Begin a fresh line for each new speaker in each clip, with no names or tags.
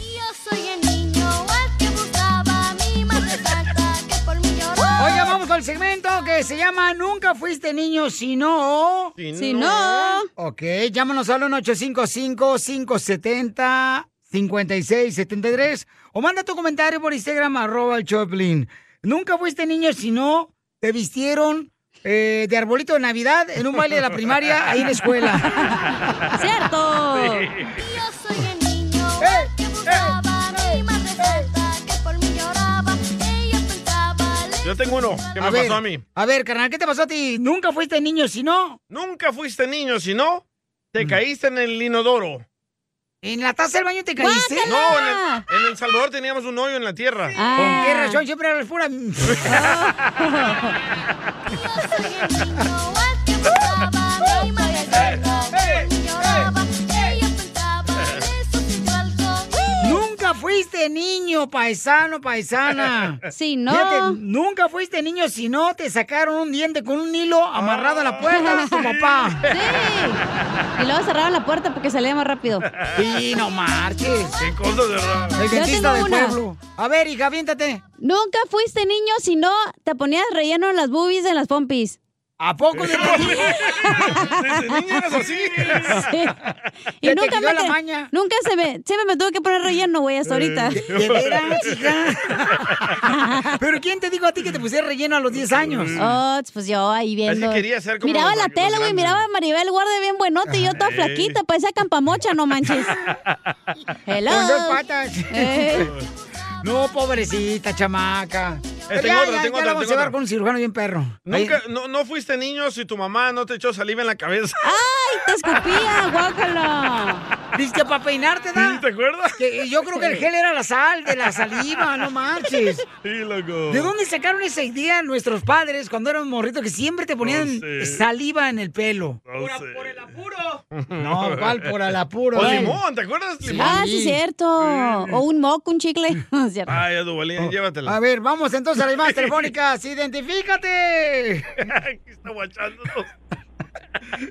Yo soy el niño al que buscaba mi madre santa que por mí lloraba.
Oiga, vamos al segmento que se llama Nunca fuiste niño, si no.
Si no.
¿eh?
Ok, llámanos al 1-855-570-5673 o manda tu comentario por Instagram, arroba el Choplin. Nunca fuiste niño, si no, te vistieron eh, de arbolito de Navidad en un baile de la primaria ahí en la escuela.
¡Cierto! Yo soy el niño
¡Eh!
al que buscaba mi madre santa que por mí lloraba. Ella pensaba
Yo tengo uno que me
A ver,
pasó a mí.
A ver, carnal, ¿qué te pasó a ti? Nunca fuiste niño, si no. Mm.
Nunca fuiste niño, si no, te caíste en el inodoro.
En la taza del baño te caíste. Ah.
No, en el, en El Salvador teníamos un hoyo en la tierra.
¿Con
Ah.
qué razón siempre eres pura?
lloraba mi madre
¡Eh!
santa que por mí lloraba. Ella
Nunca fuiste niño, paisano, paisana.
Si no.
Fíjate, nunca fuiste niño si no te sacaron un diente con un hilo amarrado a la puerta de
Ah.
tu papá.
Sí. Y luego cerraron la puerta porque salía más rápido.
Sí, no marches.
Qué cosas de raro.
El
Yo
dentista
tengo
del
una.
pueblo. A ver, hija, aviéntate.
Nunca fuiste niño si no te ponías relleno en las boobies, en las pompis.
¿A poco de
Desde niño eras así.
Sí.
Ya te quitó
me
la
ca-
maña.
nunca se me, siempre me tuve que poner relleno, güey, hasta ahorita.
¿De veras, hija? ¿Pero quién te dijo a ti que te pusieras relleno a los 10 años?
Oh, pues yo ahí viendo.
Así quería ser como
miraba
los-
la
los
tele, güey,
grandes. Ah, eh.
miraba a Maribel Guardia bien buenote y yo toda
Ey.
flaquita, parecía campamocha, no manches. Hello.
Con dos patas.
Eh.
No, pobrecita chamaca. Pero
Eh, tengo
ya,
otro,
ya,
tengo
ya la vamos
otro, tengo
a llevar
otro.
con un cirujano bien perro.
Nunca, no, no fuiste niño si tu mamá no te echó saliva en la cabeza.
¡Ay, te escupía, guácala!
Ahí- ¿Viste para peinarte, da?
¿Sí ¿Te acuerdas?
Que yo creo que el gel era la sal de la saliva, no marches.
Sí, loco.
¿De dónde sacaron esa idea nuestros padres cuando eran morritos que siempre te ponían
No sé.
saliva en el pelo?
No sé.
apuro. No, ¿cuál por el apuro? eh.
O limón, ¿te acuerdas? Limón.
Ah, sí, cierto. O un moco, un chicle. No, es cierto.
Ay, Adubalín, llévatela.
Oh. A ver, vamos entonces a las llamadas telefónicas. ¡Identifícate!
Aquí está guachando.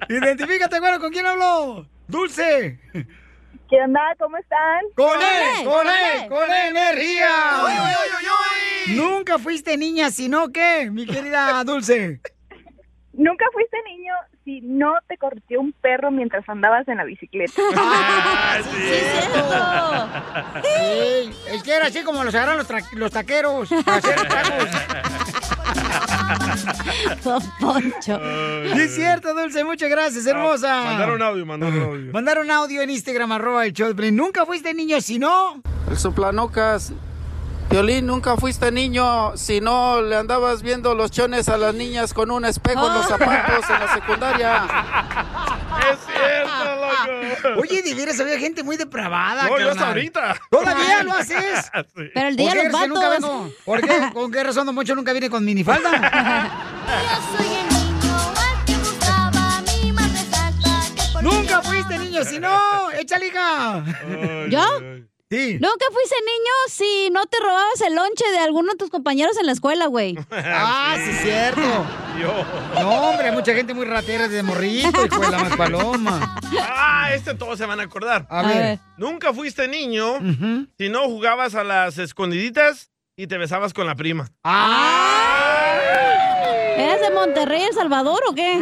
¡Identifícate, bueno, ¿con quién hablo? ¡Dulce!
¿Qué onda? ¿Cómo están?
él,
¡Con
E,
él! ¡Con él! ¡Con E energía! Nunca fuiste niña, sino que, mi querida Dulce.
Nunca fuiste niño si no te corrió un perro mientras andabas en la bicicleta.
Ah,
Sí, es cierto.
Sí, es que era así como los agarran los, tra- los taqueros. para hacer tacos.
Don Poncho.
Sí, es cierto, Dulce, muchas gracias, hermosa.
Ah, Mandaron audio, mandaron
Ah.
audio.
Mandar un audio en Instagram, arroba el show de Piolín. Nunca fuiste niño, si no...
El soplanocas. Violín, nunca fuiste niño, si no le andabas viendo los chones a las niñas con un espejo en los zapatos en la secundaria.
Es cierto, loco.
Oye, de veras, había gente muy depravada,
No, yo
carnal.
hasta ahorita.
¿Todavía lo haces?
Sí.
Pero el día
¿Por
de
qué
los
crees que nunca
vatos.
vengo? ¿Por qué? ¿Con qué razón Don Poncho nunca viene con minifalda?
Yo soy el niño al que buscaba mi madre santa que por mí
¡Nunca
lloraba.
fuiste niño! ¡Si no! ¡Échale, hija!
Ay,
¿Yo?
ay, ay.
Sí.
Nunca fuiste niño si no te robabas el lonche de alguno de tus compañeros en la escuela, güey.
Ah, sí, es cierto.
Yo.
No, hombre, hay mucha gente muy ratera desde morrito, hijo de la más paloma.
Ah, este todos se van a acordar.
A ver.
Nunca fuiste niño
Ujú.
si no jugabas a las escondiditas y te besabas con la prima.
¡Ah!
Eras de Monterrey, El Salvador o qué?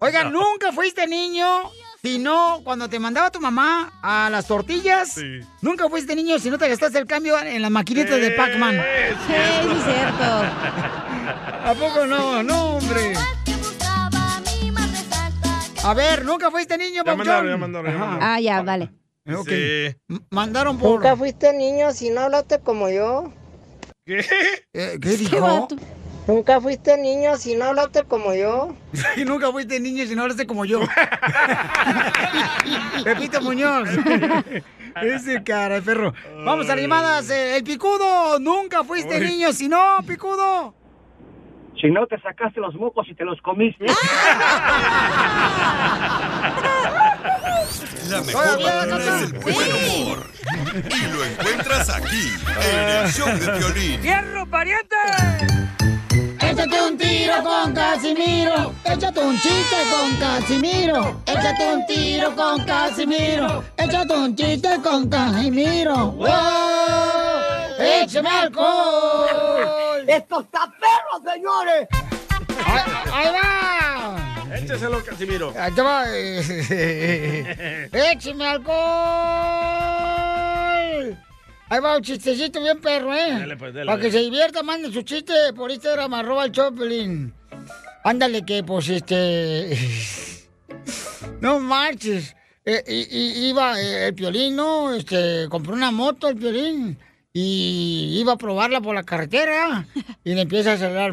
Oiga, nunca fuiste niño, sino cuando te mandaba tu mamá a las tortillas. Nunca fuiste niño si no te gastaste el cambio en las maquinitas de Pac-Man. Sí, es cierto. ¿A poco no? No, hombre. A ver, nunca fuiste niño,
Ya mandaron,
Papuchón?
ya mandaron, ya
Ajá.
mandaron.
Ah, ya, vale.
Ok.
Sí.
M- Mandaron por.
Nunca fuiste niño si no hablaste como yo.
¿Qué?
Eh, ¿Qué dijo?
Nunca fuiste niño si no hablaste como yo.
Y nunca fuiste niño si no hablaste como yo. Pepito Muñoz. Ese cara de perro. Vamos a las llamadas. Eh, El picudo. Nunca fuiste
Uy.
niño si no, picudo.
Si no te sacaste los mocos y te los comiste.
La mejor vacuna es el buen humor. Y lo encuentras aquí, en el show de violín.
¡Fierro, pariente! Échate un tiro con Casimiro. Échate un chiste con Casimiro. Échate un tiro con Casimiro. Échate un chiste con Casimiro. ¡Wow! ¡Échame alcohol! ¡Esto está perro, señores! ¡Ahí va!
Échaselo, Casimiro.
Ahí te Ah, va. eh. ¡Échame alcohol! Ahí va un chistecito bien perro, ¿eh?
Dale, pues, dale,
Para que
dale.
se divierta, manden su chiste por Instagram, arroba el Choplin. Ándale que, pues, este... no marches. Eh, y- y- iba eh, el Piolín, ¿no? Este, compró una moto el Piolín. Y iba a probarla por la carretera. Y le empieza a acelerar.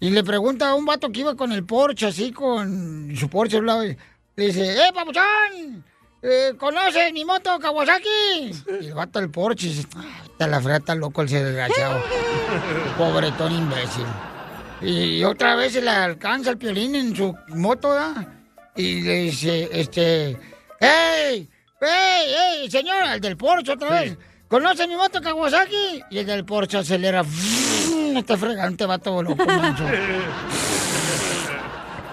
Y le pregunta a un vato que iba con el Porsche, así, con su Porsche a un lado. y Le dice, ¡eh, papuchón! eh, ¿Conoces mi moto Kawasaki? Y el vato del Porsche dice, "Ah, está la frata loco el ser desgraciado. Pobretón imbécil. Y otra vez se le alcanza el piolín en su moto, ¿da? Y le dice, este, ¡Ey! ¡Ey! ¡Ey! Señor, el del Porsche otra vez. ¿Conoce mi moto Kawasaki? Y el del Porsche acelera. No está fregando, te va todo loco, mancho.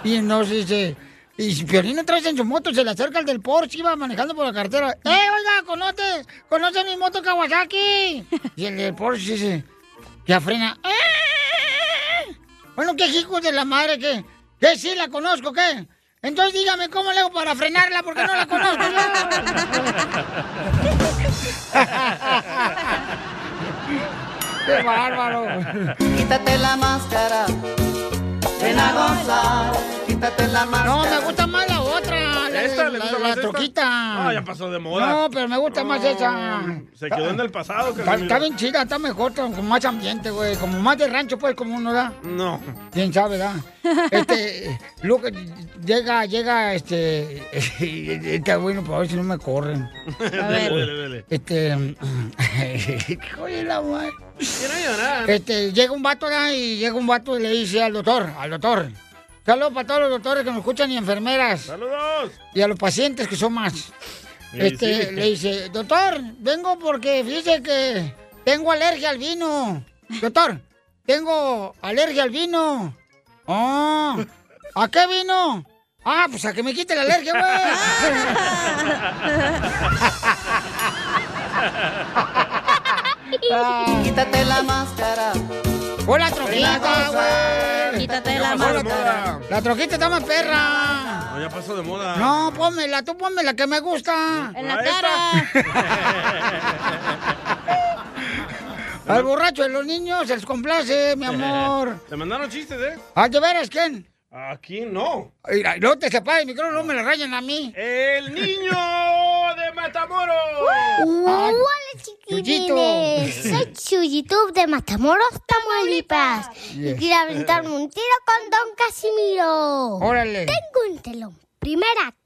Y entonces dice, y si Piolín otra vez en su moto, se le acerca el del Porsche, iba manejando por la carretera. ¡Eh, oiga, conoce, conoce mi moto Kawasaki! Y el del Porsche dice, ya frena. ¡Ah! Bueno, qué hijos de la madre, que, que sí la conozco, ¿qué? Entonces dígame cómo le hago para frenarla, porque no la conozco. ¡Qué bárbaro!
Quítate la máscara, ven a gozar. Quítate la
No, me
máscara.
gusta más la otra. La,
¿Esta?
la,
¿Le gusta
la
más esta?
troquita.
No, ya pues, pasó de moda.
No, pero me gusta más esa.
Se quedó en el pasado,
Está,
Casimiro.
está bien chida, está mejor, está con más ambiente, güey. Como más de rancho, pues, como uno da.
No.
Quién sabe, da. Este, luego llega, llega, este. Está bueno, para ver si no me corren.
Dale, dale, dale.
Este. Oye, la madre.
Quiero llorar.
Este, llega un vato ¿verdad? y llega un vato y le dice al doctor, al doctor. Saludos para todos los doctores que nos escuchan y enfermeras.
¡Saludos!
Y a los pacientes que son más.
Sí,
Este,
sí.
le dice, doctor, vengo porque fíjese que tengo alergia al vino. Doctor, tengo alergia al vino. Oh, ¿a qué vino? Ah, pues a que me quite la alergia, güey.
Quítate la máscara.
Hola,
Ven a
troquita,
gozar.
güey.
la
Quítate
Ya pasó de máscara. moda.
La troquita está más perra.
No, ya pasó de moda.
No, pónmela, tú pónmela que me gusta. En la Al borracho de los niños se les complace, mi amor.
Te mandaron chistes, ¿eh?
¿A de veras quién?
Aquí no.
Mira, no te separes, el micrófono, no me lo rayan a mí.
El niño de Matamoros.
Ay,
Chiquitines, soy Chuyitub de Matamoros, Tamaulipas. Y
Yes.
quiero aventarme un tiro con Don Casimiro.
Órale.
Tengo un telón. Primer acto.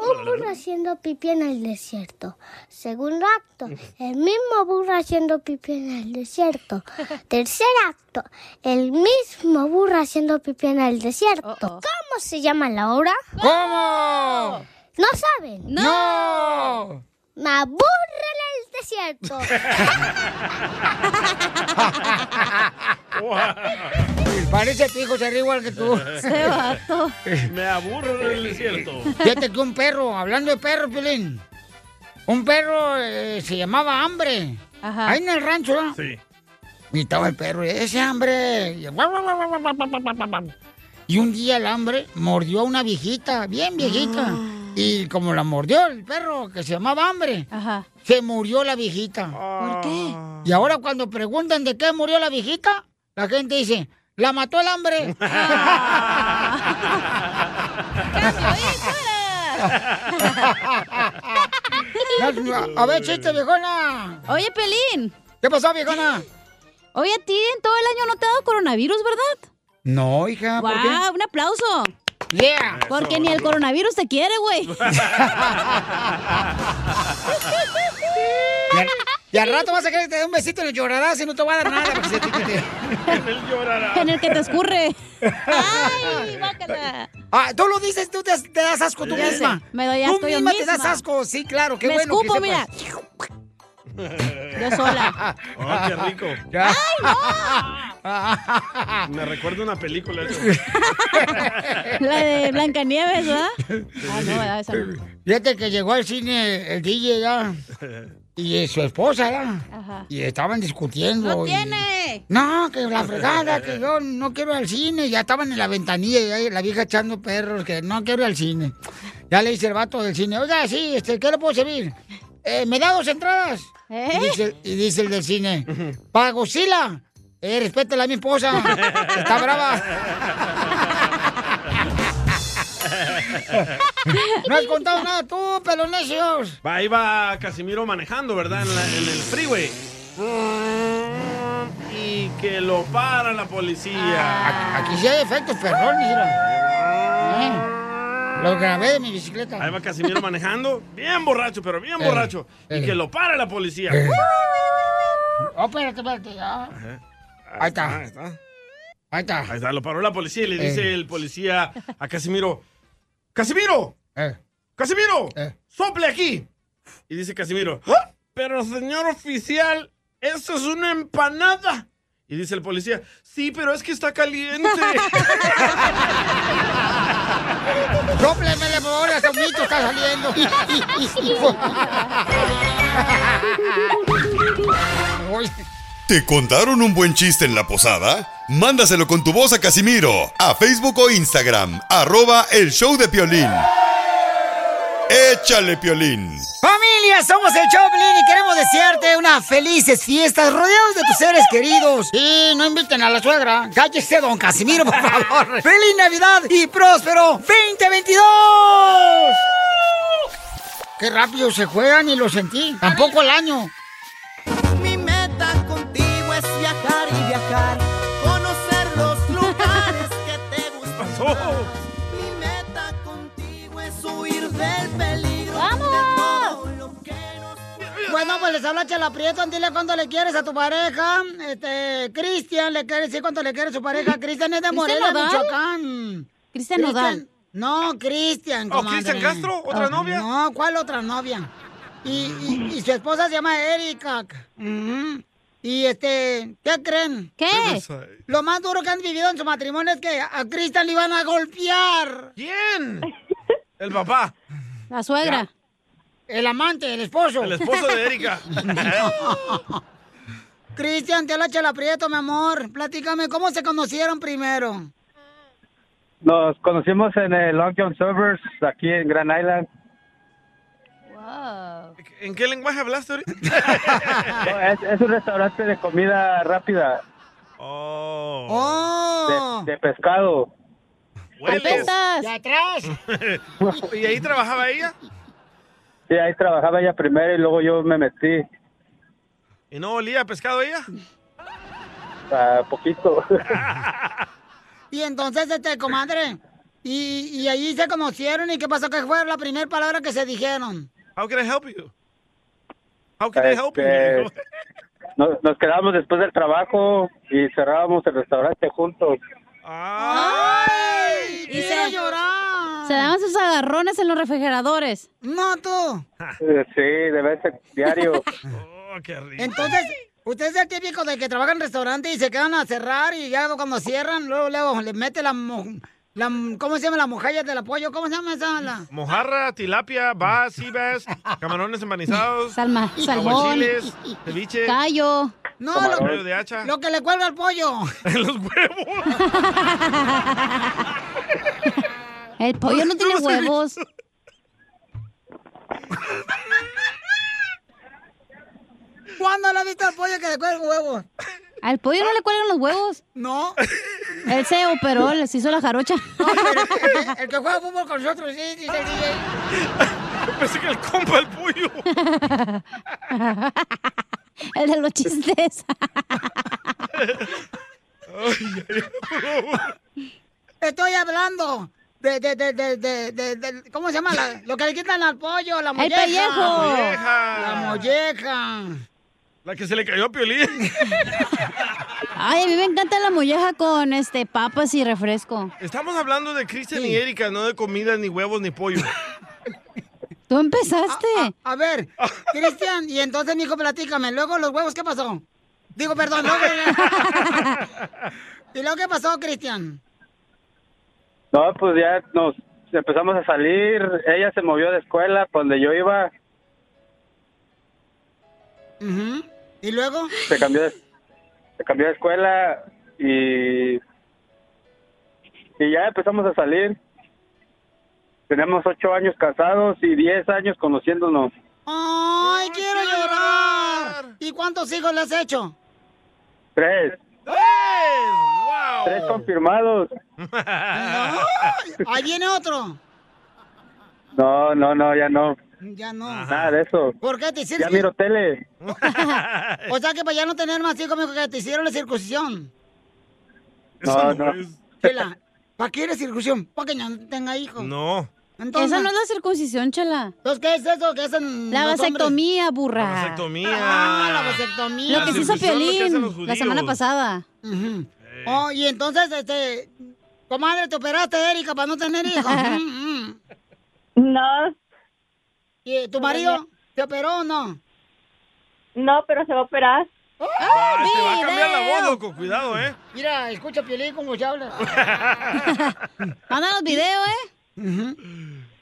Un burro haciendo pipí en el desierto. Segundo acto. El mismo burro haciendo pipí en el desierto. Tercer acto. El mismo burro haciendo pipí en el desierto. ¿Cómo se llama la obra?
¿Cómo?
¿No saben?
¡No!
Me aburre el desierto.
Parece que tu hijo se ríe igual que tú.
Ese vato. Me aburro en el desierto.
Fíjate que un perro, hablando de perro, Pilín. Un perro eh, se llamaba Hambre. Ahí en el rancho, ¿no?
Sí.
Y estaba el perro, y, ese hambre. Y, guau, guau, guau, guau, guau, guau, guau, guau, guau. Y un día el hambre mordió a una viejita, bien viejita. Y como la mordió el perro, que se llamaba hambre, se murió la viejita. ¿Por qué? Y ahora cuando preguntan de qué murió la viejita, la gente dice, la mató el hambre. a ver, chiste, viejona.
Oye, Pelín.
¿Qué pasó, viejona?
Oye, a ti en todo el año no te ha dado coronavirus, ¿verdad?
No, hija, Ah, ¿por qué?
¡Guau! ¡Un aplauso!
Yeah.
Porque ni el coronavirus te quiere, güey.
Y al, y al rato vas a querer que te dé un besito y llorarás y no te va a dar nada. porque se te- te-
en el que te escurre.
Ah, tú lo dices, tú te, te das asco tú
Ya
misma.
sé, me doy asco
Tú
yo
misma te
misma.
das asco, sí, claro, qué
Me
bueno.
escupo,
que
mira.
Yo
sola.
Oh, qué rico.
Ya.
Me recuerda una película. eso.
La de Blancanieves, ¿verdad? Ah, no, ¿verdad? Esa no.
Fíjate que llegó al cine el DJ ya, y su esposa ya,
Ajá.
y estaban discutiendo.
¡No
y-
tiene!
No, que la fregada, que yo no quiero ir al cine. Ya estaban en la ventanilla y ahí la vieja echando perros, que no quiero ir al cine. Ya le dice el vato del cine, oiga, sí, este, ¿qué le puedo servir? Eh, ¿Me da dos entradas?
¿Eh?
Y, dice, y dice el del cine, para Godzilla, eh, respétala a mi esposa, está brava. No has contado nada tú, pelonesios.
Va, ahí va Casimiro manejando, ¿verdad? En, la- en el freeway. Y que lo para la policía.
Aquí sí hay efectos perrones, mira. Eh, Los grabé de mi bicicleta.
Ah. Ahí va Casimiro manejando, bien borracho, pero bien
Eh,
borracho.
eh.
Y que lo para la policía.
Eh. Oh, espérate, espérate, ya. Ahí está.
Ah, Ahí está.
Ahí está.
Ahí está, lo paró la policía y le
Eh.
dice el policía a Casimiro, ¡Casimiro!
Eh.
¡Casimiro! ¡Sople aquí! Y dice Casimiro, "Ah, pero señor oficial, eso es una empanada. Y dice el policía, sí, pero es que está caliente.
¡Sóplemele, por favor! ¡Hasta un mito está saliendo! Oye,
¿Te contaron un buen chiste en la posada? Mándaselo con tu voz a Casimiro, a Facebook o Instagram, arroba el show de Piolín. Échale, Piolín.
¡Familia! Somos el Choplin y queremos desearte unas felices fiestas rodeados de tus seres queridos. Y no inviten a la suegra. Cállese, don Casimiro, por favor. ¡Feliz Navidad y próspero 2022! ¡Qué rápido se juegan y lo sentí! Tampoco el año.
Mi meta contigo es viajar y viajar, conocer los lugares que te gustan. más. Mi meta contigo es huir del peligro. ¡Vamos!
Bueno, pues les habla Chela Prieto, dile cuánto le quieres a tu pareja. Este, Cristian, le quiere decir cuánto le quiere a su pareja. Cristian es de
¿Cristian
Morelia,
Nodal?
Michoacán.
Cristian Nodal.
No, Cristian,
Oh,
comadre.
¿Cristian Castro? ¿Otra
Ah,
novia?
No, ¿cuál otra novia? Y, y- y su esposa se llama Erika. Ujú. Y este, ¿qué creen?
¿Qué?
Lo más duro que han vivido en su matrimonio es que a Cristian le iban a golpear.
¿Quién? El papá.
La suegra. El amante, el esposo.
El esposo de Erika.
Cristian, te la chela prieto, mi amor. Platícame, ¿cómo se conocieron primero?
Nos conocimos en el Long John Silver's, aquí en Grand Island.
¿En qué lenguaje hablaste ahorita?
No, es, es un restaurante de comida rápida.
Oh.
De, de pescado.
¡Apestas! ¡De atrás!
¿Y ahí trabajaba ella?
Sí, ahí trabajaba ella primero y luego yo me metí
¿Y no olía a pescado ella?
a poquito.
Ah,
Y entonces, este, comadre, y, y ahí se conocieron y qué pasó, que fue la primera palabra que se dijeron.
How can I help you? How can I help
Este,
you?
nos, nos quedábamos después del trabajo y cerrábamos el restaurante juntos.
¡Ay!
quiero llorar!
Se daban sus agarrones en los refrigeradores.
No, tú.
Ah.
Eh, Sí, de vez en diario.
Entonces, usted es el típico de que trabaja en restaurante y se quedan a cerrar y ya cuando cierran, luego, luego le mete la, mo- la ¿cómo se llama? La mojalla del apoyo, ¿cómo se llama esa? La...
Mojarra, tilapia, vas, ibas, camarones empanizados,
Salma, salmón.
Eh,
aguachiles, ceviche.
Callo.
No,
Como
lo,
rollo de hacha.
lo que le cuelga al pollo.
Los huevos.
El pollo no tiene huevos.
¿Cuándo le has visto al pollo que le cuelga huevos?
¿Al pollo no le cuelgan los huevos?
No.
Él se operó, les hizo la jarocha.
El que juega fútbol con nosotros, sí, dice el DJ.
Pensé que el compa el pollo.
El de los chistes.
Estoy hablando de, de, de, de, de, de- de- ¿cómo se llama? La- lo que le quitan al pollo, la molleja.
pellejo.
La molleja.
La que se le cayó a Piolín.
Ay, a mí me encanta la molleja con este papas y refresco.
Estamos hablando de Cristian y Erika, no de comida, ni huevos, ni pollo.
Tú empezaste.
A ver, Cristian, y entonces, mijo, platícame. Luego, los huevos, ¿qué pasó? Digo, perdón. luego- ¿Y luego qué pasó, Cristian?
No, pues ya nos empezamos a salir. Ella se movió de escuela pa' donde yo iba.
Ujú. ¿Y luego?
Se cambió de, se cambió de escuela y, y ya empezamos a salir. Tenemos ocho años casados y diez años conociéndonos.
¡Ay, quiero llorar! ¿Y cuántos hijos le has hecho?
Tres, tres confirmados.
Ahí viene otro.
No, no, no, ya no.
Ya no.
Nada de eso.
¿Por qué te hicieron?
Ya miro tele.
O sea que para ya no tener más hijos, mijo, que te hicieron la circuncisión.
No, no.
Chela, ¿para qué la circuncisión? Para que ya no tenga hijos.
No.
Esa no es la circuncisión, chela.
Entonces, ¿qué es eso que hacen
La
los hombres?
vasectomía, burra.
La vasectomía.
Ah, la vasectomía.
Lo que se hizo Piolín la semana pasada.
Ujú. Oh, y entonces, este, comadre, te operaste, Erika, para no tener hijos. Mm,
No.
¿Y tu marido te operó o no?
No, pero se va a operar.
Ah, te va a cambiar la voz, loco. Cuidado, ¿eh?
Mira, escucha, Piolín, cómo se habla.
Mándanos video, ¿eh?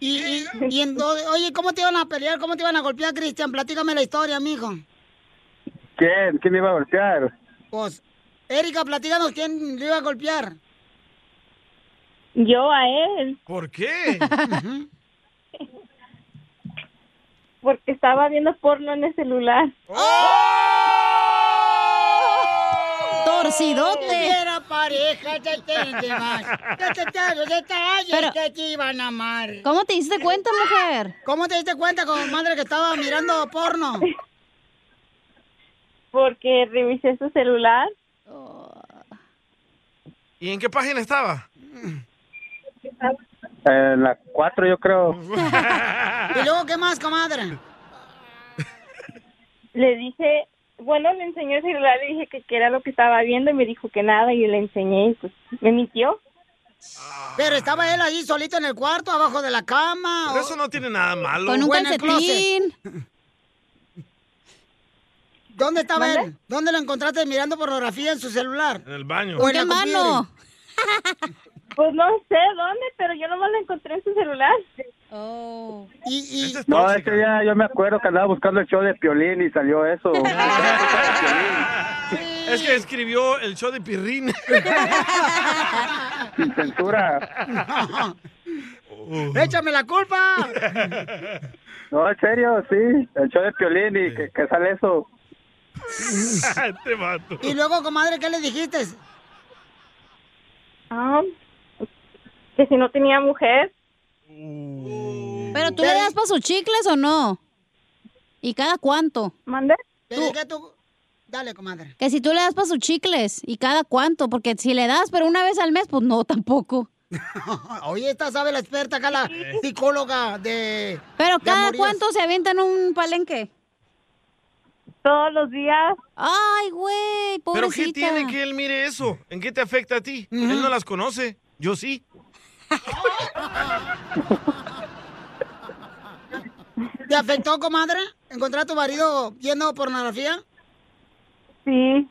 Y, y, y entonces, oye, ¿cómo te iban a pelear? ¿Cómo te iban a golpear, Cristian? Platícame la historia, mijo.
¿Quién? ¿Quién me iba a golpear?
Pues, Erika, platícanos quién le iba a golpear.
Yo a él.
¿Por qué?
Porque estaba viendo porno en el celular.
¡Oh!
¡Torcidote!
Era pareja, ya te más. Ya te te- ya te hallas
Pero-
que te iban a amar.
¿Cómo te diste cuenta, mujer?
¿Cómo te diste cuenta, comadre, que estaba mirando porno?
Porque revisé su celular.
¿Y en qué página estaba?
En la cuatro, yo creo.
¿Y luego qué más, comadre?
Le dije, bueno, le enseñé el celular, le dije que, que era lo que estaba viendo y me dijo que nada y le enseñé y pues me mintió.
Pero estaba él ahí solito en el cuarto, abajo de la cama.
Pero eso no tiene nada malo.
Con un calcetín. ¿Dónde estaba
¿Mande?
él? ¿Dónde lo encontraste mirando pornografía en su celular?
En el baño.
¿O en la computer?
Pues no sé dónde, pero yo nomás lo encontré en su celular.
Oh.
Y, y...
No, ese día yo me acuerdo que andaba buscando el show de Piolín y salió eso.
Es que escribió el show de Pirrín.
Sin censura.
¡Échame la culpa!
No, en serio, sí. El show de Piolín y que, que sale eso.
Te mato.
Y luego, comadre, ¿qué le dijiste?
Ah, que si no tenía mujer.
Mm.
¿Pero tú le das para sus chicles o no? ¿Y cada cuánto?
¿Mande?
Pero que tú... Dale, comadre.
Que si tú le das para sus chicles y cada cuánto, porque si le das pero una vez al mes, pues no, tampoco.
Oye, esta sabe la experta acá, la psicóloga de...
Pero
de
cada
amoríos.
cuánto se avientan un palenque.
Todos los días.
Ay, güey,
¿Pero qué
pobrecita.
tiene que él mire eso? ¿En qué te afecta a ti? Él no las conoce. Yo sí.
¿Te afectó, comadre? ¿Encontrar a tu marido viendo pornografía?
Sí.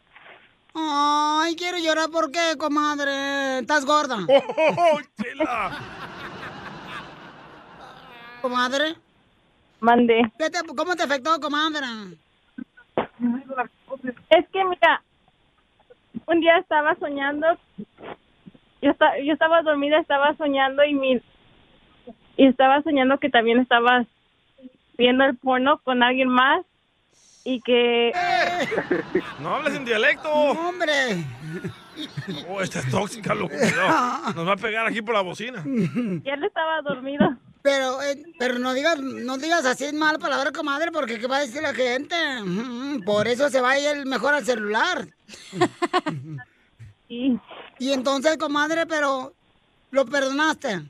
Ay, quiero llorar. ¿Por qué, comadre? ¿Estás gorda? ¿Comadre?
Mandé.
¿Qué te- ¿Cómo te afectó, comadre?
Es que mira, un día estaba soñando, yo, esta- yo estaba dormida, estaba soñando y mi y estaba soñando que también estabas viendo el porno con alguien más y que
No hables en dialecto.
¡Hombre!
Oh, esta es tóxica, loco. cuidado. Nos va a pegar aquí por la bocina.
ya él estaba dormido.
Pero, eh, pero no digas, no digas así en mal palabra, comadre, porque qué va a decir la gente. Mm, Por eso se va a ir el mejor al celular. Y entonces, comadre, pero lo perdonaste.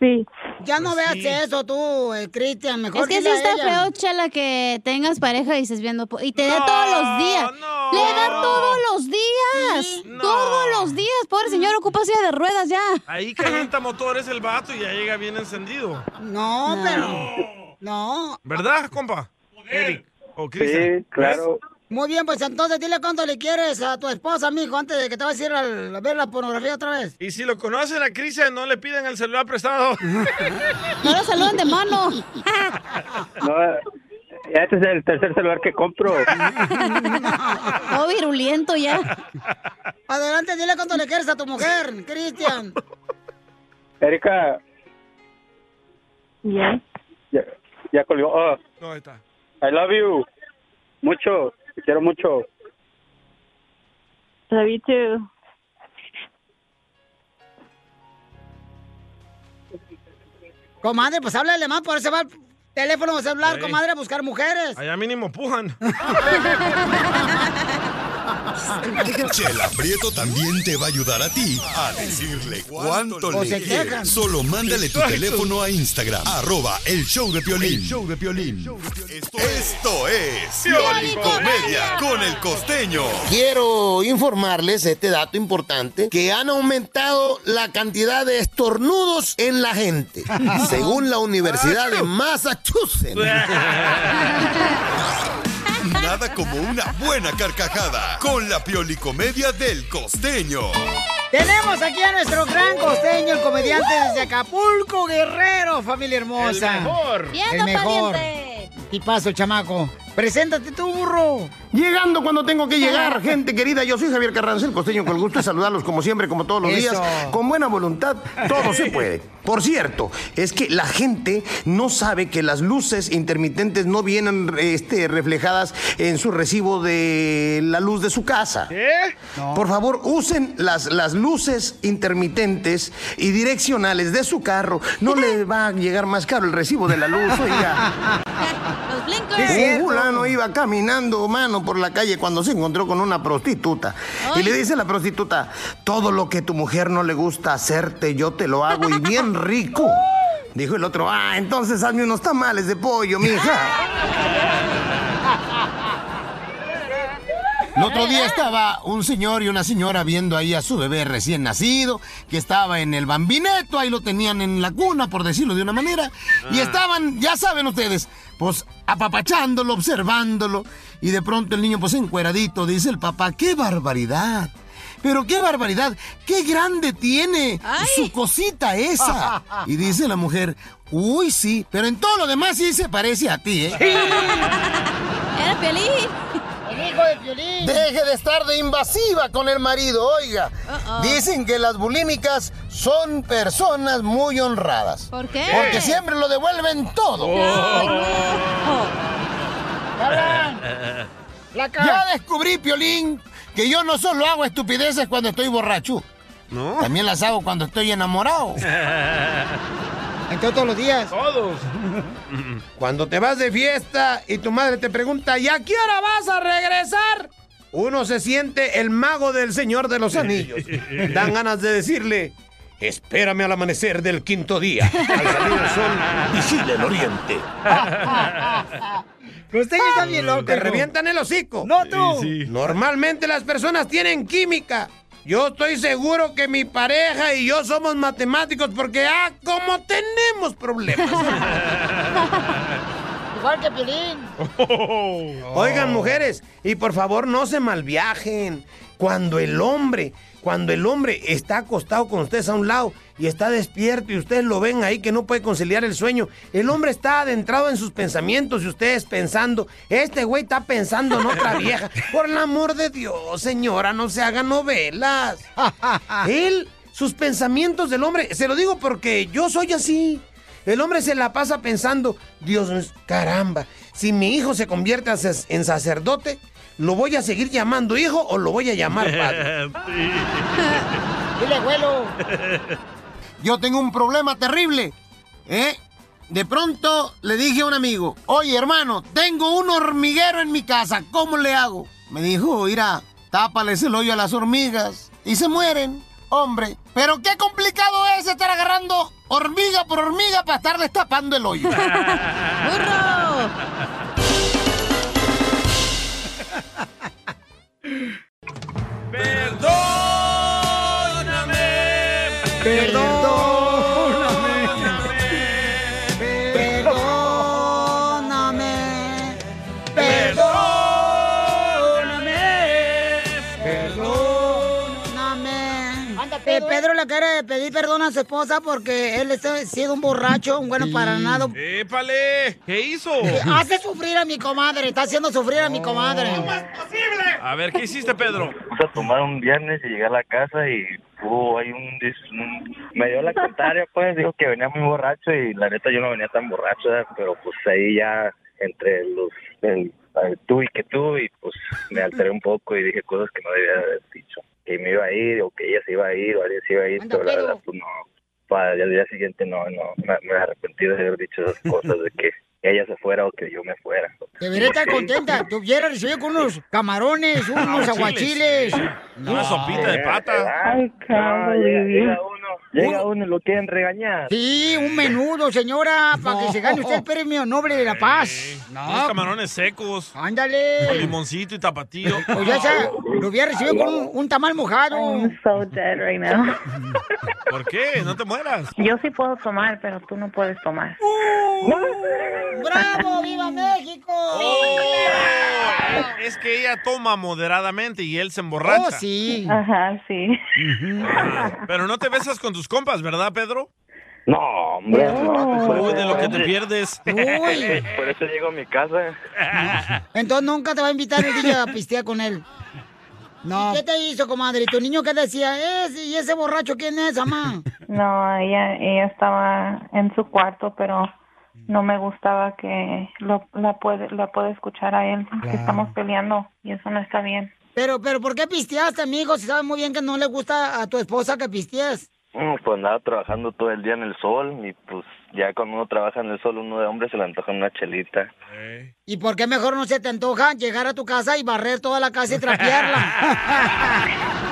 Sí.
Ya no
Pues
veas
sí.
eso tú, eh, Cristian, mejor
Es que sí
dile a
está
ella.
feo, chala, que tengas pareja y estés viendo... po- Y te da todos los días. ¡Le da todos los días! ¡Todos los días! Pobre señor, ocupa silla de ruedas ya.
Ahí calienta motores el vato y ya llega bien encendido.
No, pero. No.
¿Verdad, compa? Eric. ¿O Cristian.
Sí, claro.
Muy bien, pues entonces dile cuánto le quieres a tu esposa, mijo, antes de que te vas a ir al- a ver la pornografía otra vez.
Y si lo conocen a Cristian, no le piden el celular prestado.
No lo saludan de mano.
No, este es el tercer celular que compro.
Todo virulento ya.
Adelante, dile cuánto le quieres a tu mujer, Cristian.
Erika.
Ya.
Ya, ya colgó. Oh,
No, ahí está.
I love you. Mucho. Te quiero mucho.
Love you too.
Comadre, pues háblale más, por eso va el teléfono celular,
Ey.
comadre, a buscar mujeres.
Allá mínimo pujan.
Chela Prieto también te va a ayudar a ti a decirle cuánto
O
le
se
quieres.
quejan.
Solo mándale tu
Exacto.
teléfono a Instagram, arroba el show de Piolín. Esto es Piolín Comedia con el costeño.
Quiero informarles este dato importante que han aumentado la cantidad de estornudos en la gente, según la Universidad de Massachusetts.
Nada como una buena carcajada con la piolicomedia del costeño.
Tenemos aquí a nuestro gran costeño, el comediante desde Acapulco, Guerrero, familia hermosa.
El mejor.
El
Viendo,
mejor. Y paso, chamaco. Preséntate tú, burro.
Llegando cuando tengo que llegar, gente querida, yo soy Javier Carranza, el costeño, con el gusto de saludarlos como siempre, como todos los
Eso.
días, con buena voluntad, todo se puede. Por cierto, es que la gente no sabe que las luces intermitentes no vienen este, reflejadas en su recibo de la luz de su casa. Por favor, usen las, las luces intermitentes y direccionales de su carro. No le va a llegar más caro el recibo de la luz, oiga.
Los
Un
blinkers.
fulano iba caminando, mano, por la calle cuando se encontró con una prostituta. Y le dice la prostituta, todo lo que tu mujer no le gusta hacerte, yo te lo hago y bien rico. Dijo el otro, ah, entonces hazme unos tamales de pollo, mija. El otro día estaba un señor y una señora viendo ahí a su bebé recién nacido, que estaba en el bambineto, ahí lo tenían en la cuna, por decirlo de una manera, y
Ah.
estaban, ya saben ustedes, pues apapachándolo, observándolo, y de pronto el niño, pues encueradito, dice el papá, qué barbaridad. Pero qué barbaridad, qué grande tiene su cosita esa. Y dice la mujer, uy sí, pero en todo lo demás sí se parece a ti, ¿eh?
Era Piolín.
El hijo de Piolín.
Deje de estar de invasiva con el marido, oiga.
Uh-oh.
Dicen que las bulímicas son personas muy honradas.
¿Por qué?
Porque siempre lo devuelven todo.
Ay,
Ya descubrí, Piolín, que yo no solo hago estupideces cuando estoy borracho. También las hago cuando estoy enamorado.
Entonces todos los días.
Todos.
Cuando te vas de fiesta y tu madre te pregunta, ¿y a qué hora vas a regresar? Uno se siente el mago del Señor de los Anillos. Dan ganas de decirle, espérame al amanecer del quinto día. Al salir el sol, vigila el oriente.
Usted está bien loco.
Te
hijo.
revientan el hocico.
No tú.
Normalmente las personas tienen química. Yo estoy seguro que mi pareja y yo somos matemáticos porque, ah, como tenemos problemas.
igual que Piolín.
Oh.
Oigan, mujeres, y por favor no se malviajen. Cuando el hombre, cuando el hombre está acostado con ustedes a un lado y está despierto y ustedes lo ven ahí que no puede conciliar el sueño, el hombre está adentrado en sus pensamientos y ustedes pensando, este güey está pensando en otra vieja. Por el amor de Dios, señora, no se hagan novelas. Él, sus pensamientos del hombre, se lo digo porque yo soy así. El hombre se la pasa pensando, Dios, caramba, si mi hijo se convierte a sac- en sacerdote, ¿lo voy a seguir llamando hijo o lo voy a llamar padre?
Dile, abuelo.
Yo tengo un problema terrible. ¿eh? De pronto le dije a un amigo, oye hermano, tengo un hormiguero en mi casa, ¿cómo le hago? Me dijo, mira, tápales el hoyo a las hormigas y se mueren. Hombre, pero qué complicado es estar agarrando hormiga por hormiga para estarles tapando el hoyo.
Perdóname.
Perdóname.
Eh, Pedro le quiere pedir perdón a su esposa porque él ha sido un borracho, un bueno para nada. Eh,
¡Épale! ¿Qué hizo?
Hace sufrir a mi comadre, está haciendo sufrir
Oh.
a mi comadre.
A ver, ¿qué hiciste, Pedro?
Vamos a tomar un viernes y llegué a la casa y hubo ahí un, dis- un- Me dio la contraria, pues, dijo que venía muy borracho y la neta yo no venía tan borracho, ¿verdad? pero pues ahí ya entre los... el- el tú y que tú y pues me alteré un poco y dije cosas que no debía haber dicho. Que me iba a ir o que ella se iba a ir o alguien se iba a ir, pero la verdad pues no. Para el día siguiente no, no, me, me arrepentí de haber dicho esas cosas de que ella se fuera o que yo me fuera.
Debería estar contenta. Tú hubieras recibido con unos camarones, unos aguachiles.
Una sopita de pata.
No, Ah, llega, llega uno, llega uno y lo quieren regañar.
Sí, un menudo, señora, para que se gane usted el premio Noble de la Paz.
Unos camarones secos.
pues, Ándale.
Con limoncito y tapatío.
Pues ya sea, lo hubiera recibido con un, un tamal mojado.
so dead right now.
¿Por qué? No te mueras.
Yo sí puedo tomar, pero tú no puedes tomar.
¡Uh! ¡Bravo! ¡Viva México!
Oh, Es que ella toma moderadamente y él se
Oh,
Oh,
emborracha.
Ajá, sí.
Pero no te besas con tus compas, ¿verdad, Pedro?
No, hombre, no.
Uy, de lo que te pierdes.
Uy.
Por eso llego a mi casa.
Entonces nunca te va a invitar el DJ a pistear con él. No. ¿Qué te hizo, comadre? ¿Tu niño qué decía? ¿Ese, ¿Y ese borracho quién es, mamá?
No, ella, ella estaba en su cuarto, pero no me gustaba que lo, la puede, la pueda escuchar a él, que estamos peleando y eso no está bien.
Pero, pero, ¿por qué pisteaste, amigo? Si sabes muy bien que no le gusta a tu esposa que pistees.
Mm, Pues andaba trabajando todo el día en el sol y pues ya cuando uno trabaja en el sol, uno de hombre se le antoja una chelita.
¿Y por qué mejor no se te antoja llegar a tu casa y barrer toda la casa y trapearla?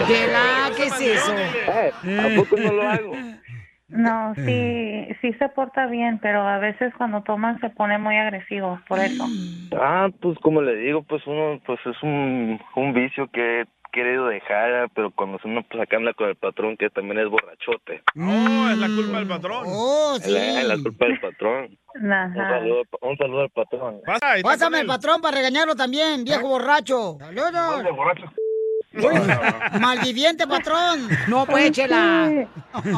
¿Qué la- ¿Qué es eso?
¿A poco no lo hago?
No, sí,
eh,
sí se porta bien, pero a veces cuando toman se pone muy agresivo, por eso.
Ah, pues como le digo, pues uno, pues es un, un vicio que he querido dejar, pero cuando uno pues acá anda con el patrón que también es borrachote.
No, Oh, es la culpa del patrón.
Oh,
Es la, es la culpa del patrón. Un saludo, un saludo al patrón.
Pásame el patrón para regañarlo también,
¿Eh?
viejo borracho. Saludos. Malviviente patrón. No, pues échela.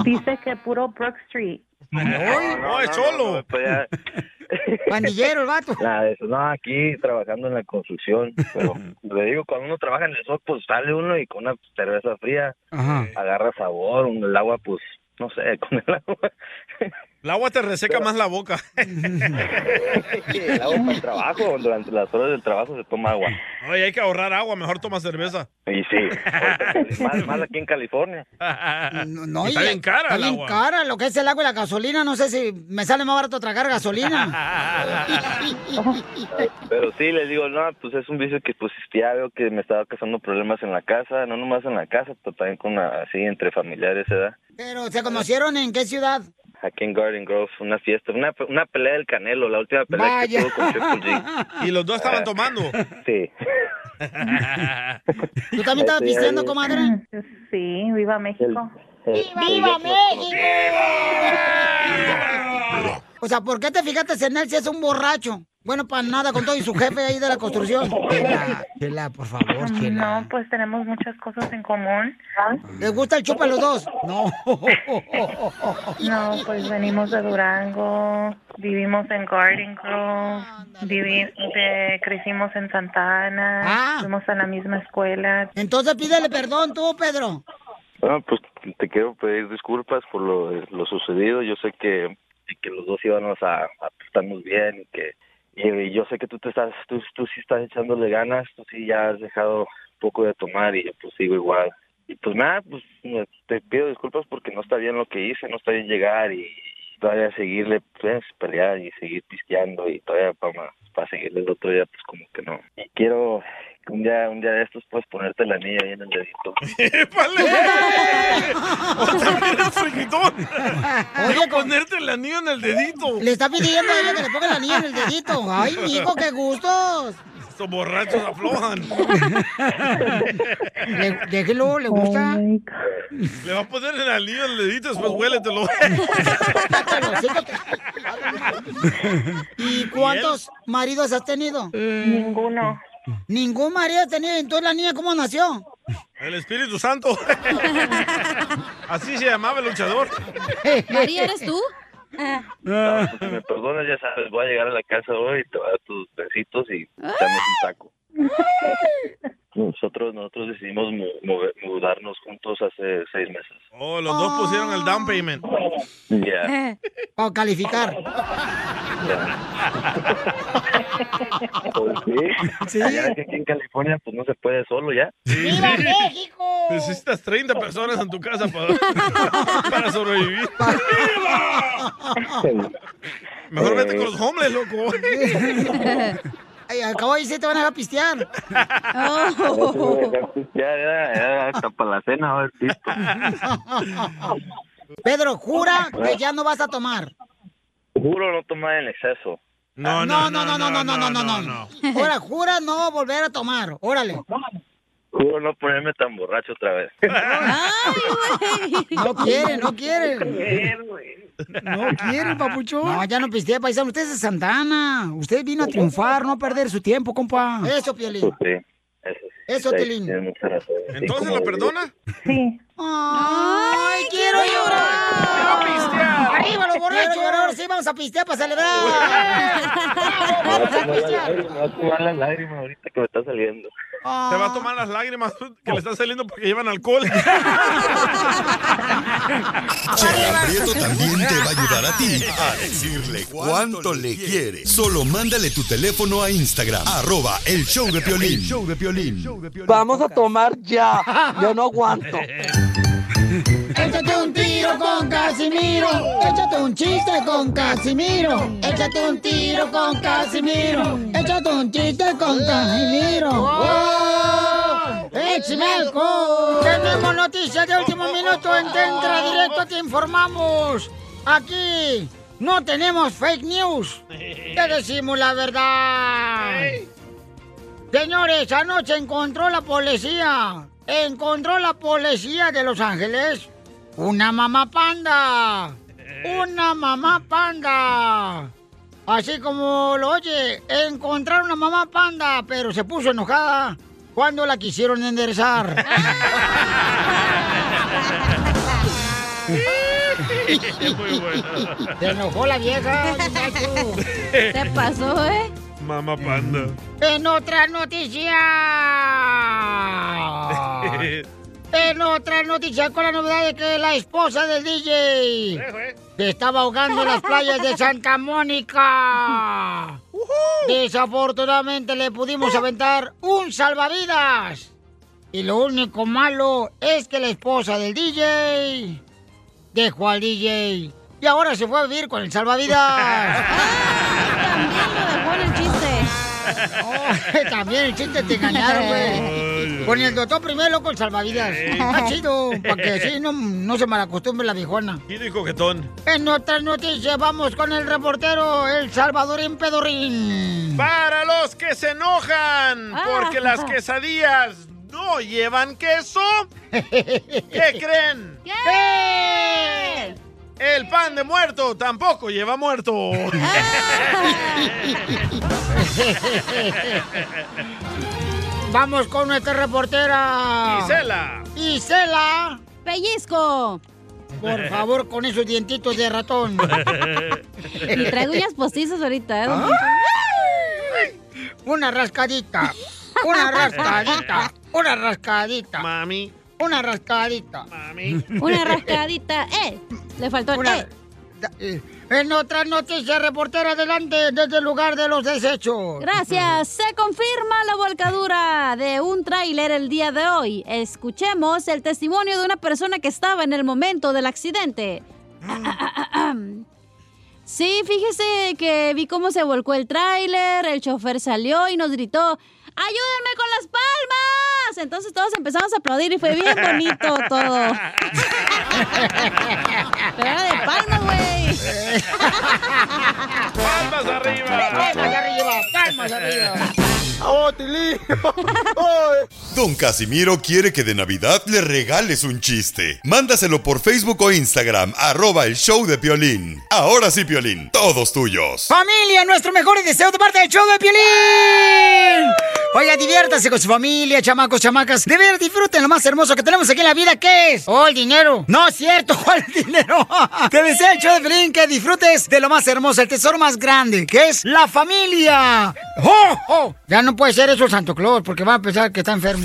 Dice que puro Brook Street.
No, es solo.
Pandillero el vato.
Pues Nada de eso. No, aquí trabajando en la construcción. Pero le digo, cuando uno trabaja en el sol, pues sale uno y con una cerveza fría
Ajá.
agarra sabor. un- El agua, pues, no sé, con el agua.
El agua te reseca más la boca.
El agua para el trabajo. Durante las horas del trabajo se toma agua.
Oye, hay que ahorrar agua, mejor toma cerveza.
Y sí, ahorita, más, más aquí en California.
No,
No,
está
y-
bien cara
Está
el
bien
agua.
cara lo que es el agua y la gasolina. No sé si me sale más barato tragar gasolina.
Pero sí, les digo, no, pues es un vicio que pues ya veo que me estaba causando problemas en la casa, no nomás en la casa, pero también con la- así entre familiares, ¿verdad?
Pero, ¿se conocieron en qué ciudad?
Aquí en Garden Grove, una fiesta, una, pe- una pelea del Canelo, la última pelea
Vaya.
que tuvo con Triple G.
¿Y los dos estaban tomando?
Sí.
¿Tú también estabas pisteando, comadre?
Sí, viva México.
¡Viva
México! O sea, ¿por qué te fijaste en él si es un borracho? Bueno, para nada, con todo y su jefe ahí de la construcción. Chela, chela, por favor,
Mm.
chela.
No, pues tenemos muchas cosas en común.
¿Ah? ¿Les gusta el chupa a los dos? No.
No, pues venimos de Durango, vivimos en Garden Grove, vivi- de- crecimos en Santa Ana, fuimos a la misma escuela.
Ah. Entonces pídele perdón tú, Pedro.
Bueno, pues te quiero pedir disculpas por lo, lo sucedido. Yo sé que, que los dos íbamos a, a estarnos bien y que y, y Eh, yo sé que tú te estás, tú, tú sí estás echándole ganas, tú sí ya has dejado un poco de tomar y yo pues sigo igual. Y pues nada, pues me- te pido disculpas porque no está bien lo que hice, no está bien llegar y todavía seguirle, pues pelear y seguir pisteando y todavía para, para seguirle el otro día pues como que no. Y quiero que un día, un día de estos puedes ponerte la anilla ahí en el dedito.
Oye, ponerte el anillo en el dedito.
Le está pidiendo a ella que le ponga la niña en el dedito. Ay, hijo, qué gustos.
Estos borrachos aflojan.
Le- déjelo, le
Oh
gusta.
Le va a poner el anillo en el dedito, después
Oh.
huéletelo.
¿Y cuántos maridos has tenido?
Ninguno.
¿Ningún marido has tenido? Entonces la niña, ¿cómo nació?
El Espíritu Santo. Así se llamaba el luchador.
María, ¿eres tú?
Ah.
No, pues, si me perdonas, ya sabes, voy a llegar a la casa hoy y te voy a dar tus besitos y damos un taco. Nosotros nosotros decidimos mu- mover- mudarnos juntos hace seis meses.
Oh, los
Ah.
dos pusieron el down payment.
Ya.
O calificar.
Pues sí. Ya ves que aquí en California pues no se puede solo ya.
¡Viva México!
Necesitas 30 personas en tu casa para, para sobrevivir. Mejor vete con los homeless, loco.
Ay, al cabo ahí sí te van a dejar pistear.
Oh. Ya, ya, ya, hasta para la cena va a haber pisto.
Pedro, jura que ya no vas a tomar.
Juro no tomar en exceso.
No,
No, no, no, no, no, no, no, no, no. Ahora, jura no volver a tomar. Órale.
Juro no ponerme tan borracho otra vez.
No quiere, no quiere. No quiere, papuchón. No, ya no pistea, paisano. Usted es de Santana. Usted vino a triunfar, no a perder su tiempo, compa. Eso, Pielín.
Pues sí, eso sí.
Eso,
Sí,
Tilín.
tienes mucha razón. Sí,
¿Entonces
como
lo perdona?
Sí.
¡Ay, quiero llorar! pistear! ¡Arriba los borrachos! Quiero llorar, sí, vamos a pistear para celebrar.
Me va a tomar la- me va a tomar las lágrimas ahorita que me está saliendo.
Te va a tomar las lágrimas que le están saliendo porque llevan alcohol.
Chela Prieto también te va a ayudar a ti a decirle cuánto le quiere. Solo mándale tu teléfono a Instagram, arroba el show de Piolín.
El
show de
Vamos a tomar ya. Yo no aguanto.
Échate un tiro con Casimiro. Échate un chiste con Casimiro. Échate un tiro con Casimiro. Échate un chiste con Casimiro. ¡Wow! ¡Échame alcohol! Tenemos noticias de último minuto en Tentra Directo. Te informamos. Aquí no tenemos fake news. Te decimos la verdad. Señores, anoche encontró la policía. Encontró la policía de Los Ángeles. Una mamá panda. Una mamá panda. Así como lo oye, encontraron una mamá panda, pero se puso enojada cuando la quisieron enderezar.
Ah, Muy buena.
Se enojó la vieja. muchacho.
¿Qué
pasó, eh?
Mamá panda.
En otra noticia.
Ah.
En otra noticia con la novedad de que la esposa del DJ se estaba ahogando en las playas de Santa Mónica. Desafortunadamente le pudimos aventar un salvavidas. Y lo único malo es que la esposa del DJ dejó al DJ. Y ahora se fue a vivir con el salvavidas. Oh, También el chiste te engañaron, güey. Con el doctor primero, con el salvavidas. Está chido, para que así no, no se malacostumbre la viejona.
Chido y coquetón.
En otras noticias, vamos con el reportero, el Salvadorín Pedorrín.
Para los que se enojan porque las quesadillas no llevan queso, ¿qué creen?
¿Qué?
El pan de muerto tampoco lleva muerto.
Vamos con nuestra reportera.
Gisela.
Gisela. Pellizco. Por favor, con esos dientitos de ratón.
Y traigo uñas postizas ahorita, ¿eh?
Ah.
don
Una rascadita. Una rascadita. Una rascadita.
Mami.
Una rascadita.
Mami.
Poncho? Una rascadita. ¡Eh! Le faltó el eh.
En otras noticias, reportera, adelante desde el lugar de los desechos.
Gracias. Se confirma la volcadura de un tráiler el día de hoy. Escuchemos el testimonio de una persona que estaba en el momento del accidente. Sí, fíjese que vi cómo se volcó el tráiler, el chofer salió y nos gritó, ¡ayúdenme con las palmas! Entonces todos empezamos a aplaudir y fue bien bonito todo. Pero era de palmas, güey.
¡Palmas arriba!
arriba, palmas arriba.
¡Oh,
Don Casimiro quiere que de Navidad le regales un chiste. Mándaselo por Facebook o Instagram, arroba el show de Piolín. Ahora sí, Piolín, todos tuyos.
Familia, nuestros mejores deseos de parte del show de Piolín. Oiga, diviértase con su familia, chamacos, chamacas. De ver, disfruten lo más hermoso que tenemos aquí en la vida, ¿qué es? Oh, el dinero. No es cierto, ¿cuál dinero? Te deseo el show de Piolín que disfrutes de lo más hermoso, el tesoro más grande, que es la familia. ¡Oh, oh! Ya no puede ser eso el Santo Claus, porque va a pensar que está enfermo.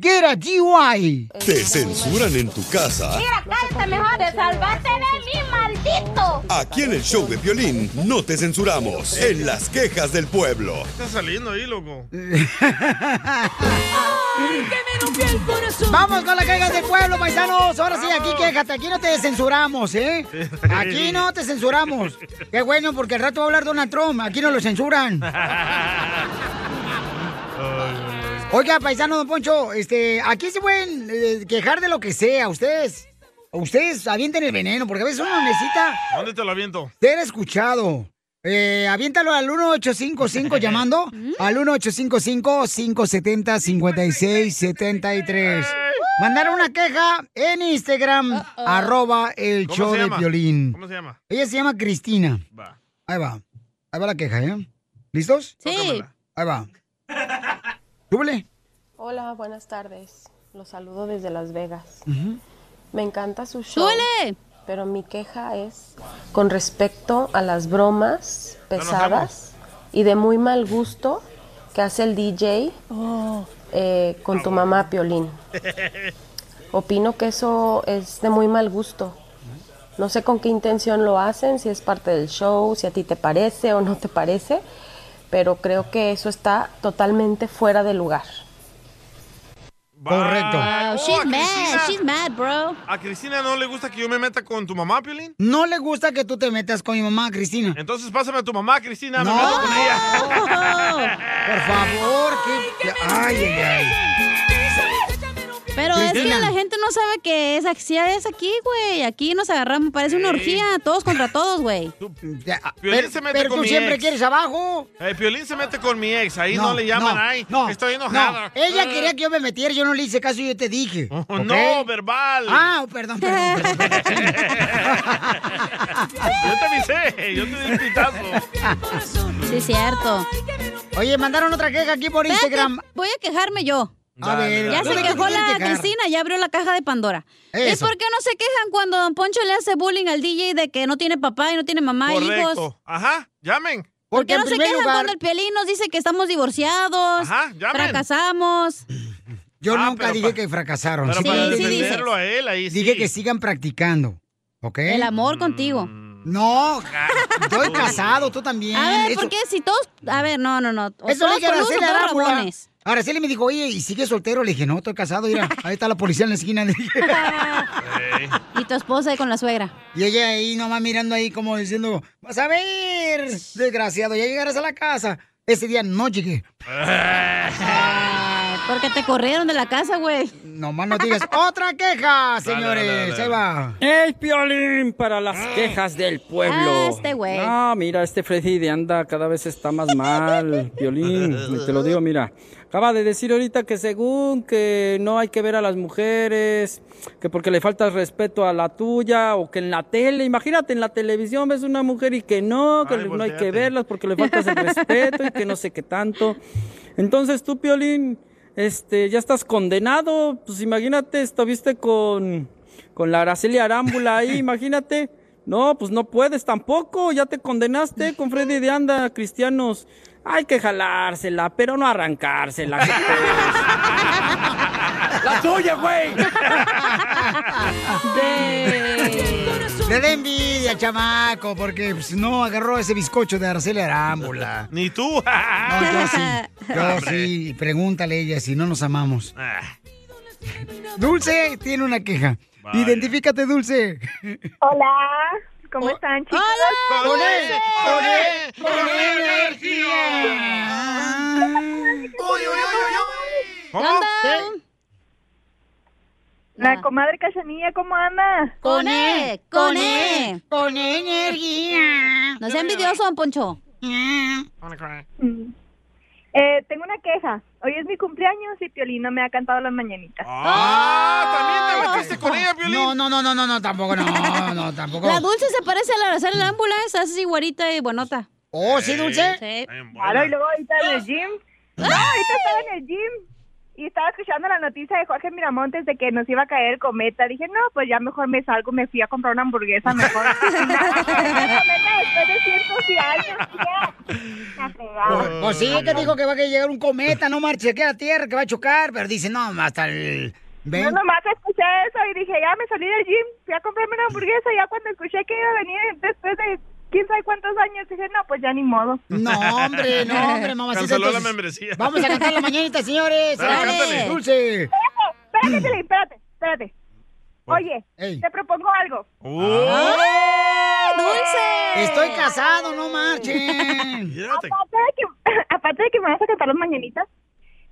Get a GY.
Te censuran en tu casa.
cállate mejor de salvarte de mí, maldito.
Aquí en el show de Piolín no te censuramos. En las quejas del pueblo.
Está saliendo ahí, loco.
Vamos con la caiga del pueblo, paisanos. Ahora sí, aquí quéjate. Aquí no te censuramos, ¿eh? Aquí no te censuramos. Qué bueno, porque al rato va a hablar Donald Trump. Aquí no lo censuran. Oiga, paisano Don Poncho, este, aquí se pueden eh, quejar de lo que sea. Ustedes, ustedes avienten el veneno, porque a veces uno necesita
¿Dónde te lo aviento?
ser escuchado. Eh, aviéntalo al 1855 llamando al 1855-570-5673. Mandar una queja en Instagram, arroba el
¿Cómo
show
se
de
llama?
violín.
¿Cómo se llama?
Ella se llama Cristina.
Va.
Ahí va. Ahí va la queja, ¿eh? ¿Listos?
Sí.
Ahí va. Súbele.
Hola, buenas tardes. Los saludo desde Las Vegas. Me encanta su show. Pero mi queja es con respecto a las bromas pesadas y de muy mal gusto que hace el DJ eh, con tu mamá Piolín. Opino que eso es de muy mal gusto. No sé con qué intención lo hacen, si es parte del show, si a ti te parece o no te parece, pero creo que eso está totalmente fuera de lugar.
Correcto.
Ah,
Wow,
oh,
she's
a Cristina-
mad, she's mad, bro.
¿A Cristina no le gusta que yo me meta con tu mamá, Piolín?
No le gusta que tú te metas con mi mamá, Cristina.
Entonces pásame a tu mamá, Cristina, me
No.
meto con ella.
Por favor, que... Ay, ay, ay.
Pero es que
Cristina.
la gente no sabe que esa axia es aquí, güey. Aquí nos agarramos, parece una
Sí.
orgía, todos contra todos, güey.
Piolín
ah, Pero-
se mete
pero
con
tú
mi
siempre
ex.
quieres abajo.
Eh, Piolín se mete con mi ex, ahí no,
No,
le llaman,
no,
ay,
no,
estoy enojada. Eh,
no. Ella quería que yo me metiera, yo no le hice caso y yo te dije. ¿ok?
Oh, No, verbal.
Ah, perdón, perdón. perdón.
Yo te avisé, yo te di un pitazo.
Sí, es cierto.
Oye, mandaron otra queja aquí por Instagram.
Voy a quejarme yo.
A ver,
ya
dale,
se
dale.
quejó
¿Dónde te
la
quejar?
Cristina, ya abrió la caja de Pandora. ¿Es
Eso.
por qué no se quejan cuando Don Poncho le hace bullying al DJ de que no tiene papá y no tiene mamá y hijos?
Correcto. Ajá, llamen.
¿Por qué no se quejan cuando el Piolín nos dice que estamos divorciados,
Ajá, llamen.
fracasamos?
Yo
Ah,
nunca
pero
dije
pa-
que fracasaron.
Pero
Sí,
para
sí,
defenderlo a él, ahí sí.
Dije que sigan practicando. ¿Ok?
El amor contigo.
¿Eh? Mm. No, estoy casado, tú también.
A ver,
Eso-
porque si todos... A ver, no, no, no. O
Eso le
todos
dije a
con uso,
Araceli
todos
Arámbula.
rabones.
Araceli me dijo, oye, ¿y sigue soltero? Le dije, no, estoy casado. Mira, ahí está la policía en la esquina. Le dije.
Y tu esposa ahí con la suegra.
Y ella ahí nomás mirando ahí como diciendo, vas a ver, desgraciado, ya llegarás a la casa. Ese día no llegué.
Porque te corrieron de la casa, güey.
Nomás no digas, otra queja, señores. Ahí va.
El piolín para las quejas del pueblo.
Ah, este güey.
Ah, mira, este Freddy de anda cada vez está más mal. Piolín, te lo digo, mira. Acaba de decir ahorita que según que no hay que ver a las mujeres, que porque le falta respeto a la tuya, o que en la tele, imagínate, en la televisión ves una mujer y que no, que
Ay,
no hay que
volteate.
verlas porque le faltas el respeto y que no sé qué tanto. Entonces tú, Piolín, este, ya estás condenado. Pues imagínate, estuviste con, con la Araceli Arámbula ahí, imagínate. No, pues no puedes tampoco, ya te condenaste con Freddy de Anda, cristianos. Hay que jalársela, pero no arrancársela. ¡La tuya, güey!
Le da envidia, chamaco, porque pues, no agarró ese bizcocho de Araceli Arámbula.
Ni tú.
No, yo sí. Yo
Hombre. Ah.
sí. Pregúntale a ella si no nos amamos. Dulce tiene una queja.
Vaya.
Identifícate, Dulce. Oh,
Hola, ¿cómo están, chicos?
¡Hola! ¡Con él!
¡Con
él!
¡Con
energía!
¡Uy, uy, uy,
¿Cómo? La comadre Cachanilla, ¿cómo anda?
Con E, con E.
Con energía.
No sea envidioso, don Poncho.
Ah.
Mm. Eh, tengo una queja. Hoy es mi cumpleaños y Piolín no me ha cantado las mañanitas.
¡Ah! ¿También te metiste con ella, Violín? No, no, no, no, no, no, tampoco, no, no, tampoco.
La dulce se parece a la Araceli Arámbula, esa así guarita y bonota.
Oh, ¿sí, Dulce?
Sí.
Claro, y luego ahorita en el gym. No, Ah, ahorita estaba en el gym. Y estaba escuchando la noticia de Jorge Miramontes de que nos iba a caer el cometa. Dije, no, pues ya mejor me salgo, me fui a comprar una hamburguesa mejor. después de cientos de años,
Pues- Pues sí, que dijo que va a llegar un cometa, no marche, se queda a tierra, que va a chocar, pero dice, no, hasta el...
No, nomás escuché eso y dije, ya me salí del gym, fui a comprarme una hamburguesa. Ya cuando escuché que iba a venir después de quién sabe cuántos años, dije, no, pues ya ni modo.
No, hombre, no, hombre, mamacita.
Canceló la
entonces,
membresía.
Vamos a cantar la mañanita, señores.
Dale,
Dale.
cántale.
Dulce.
Espérate, espérate, espérate, espérate. Oye, te propongo algo.
¡Ay,
Ah, dulce! Estoy casado, no marchen.
Aparte de, que, aparte de que me vas a cantar las mañanitas,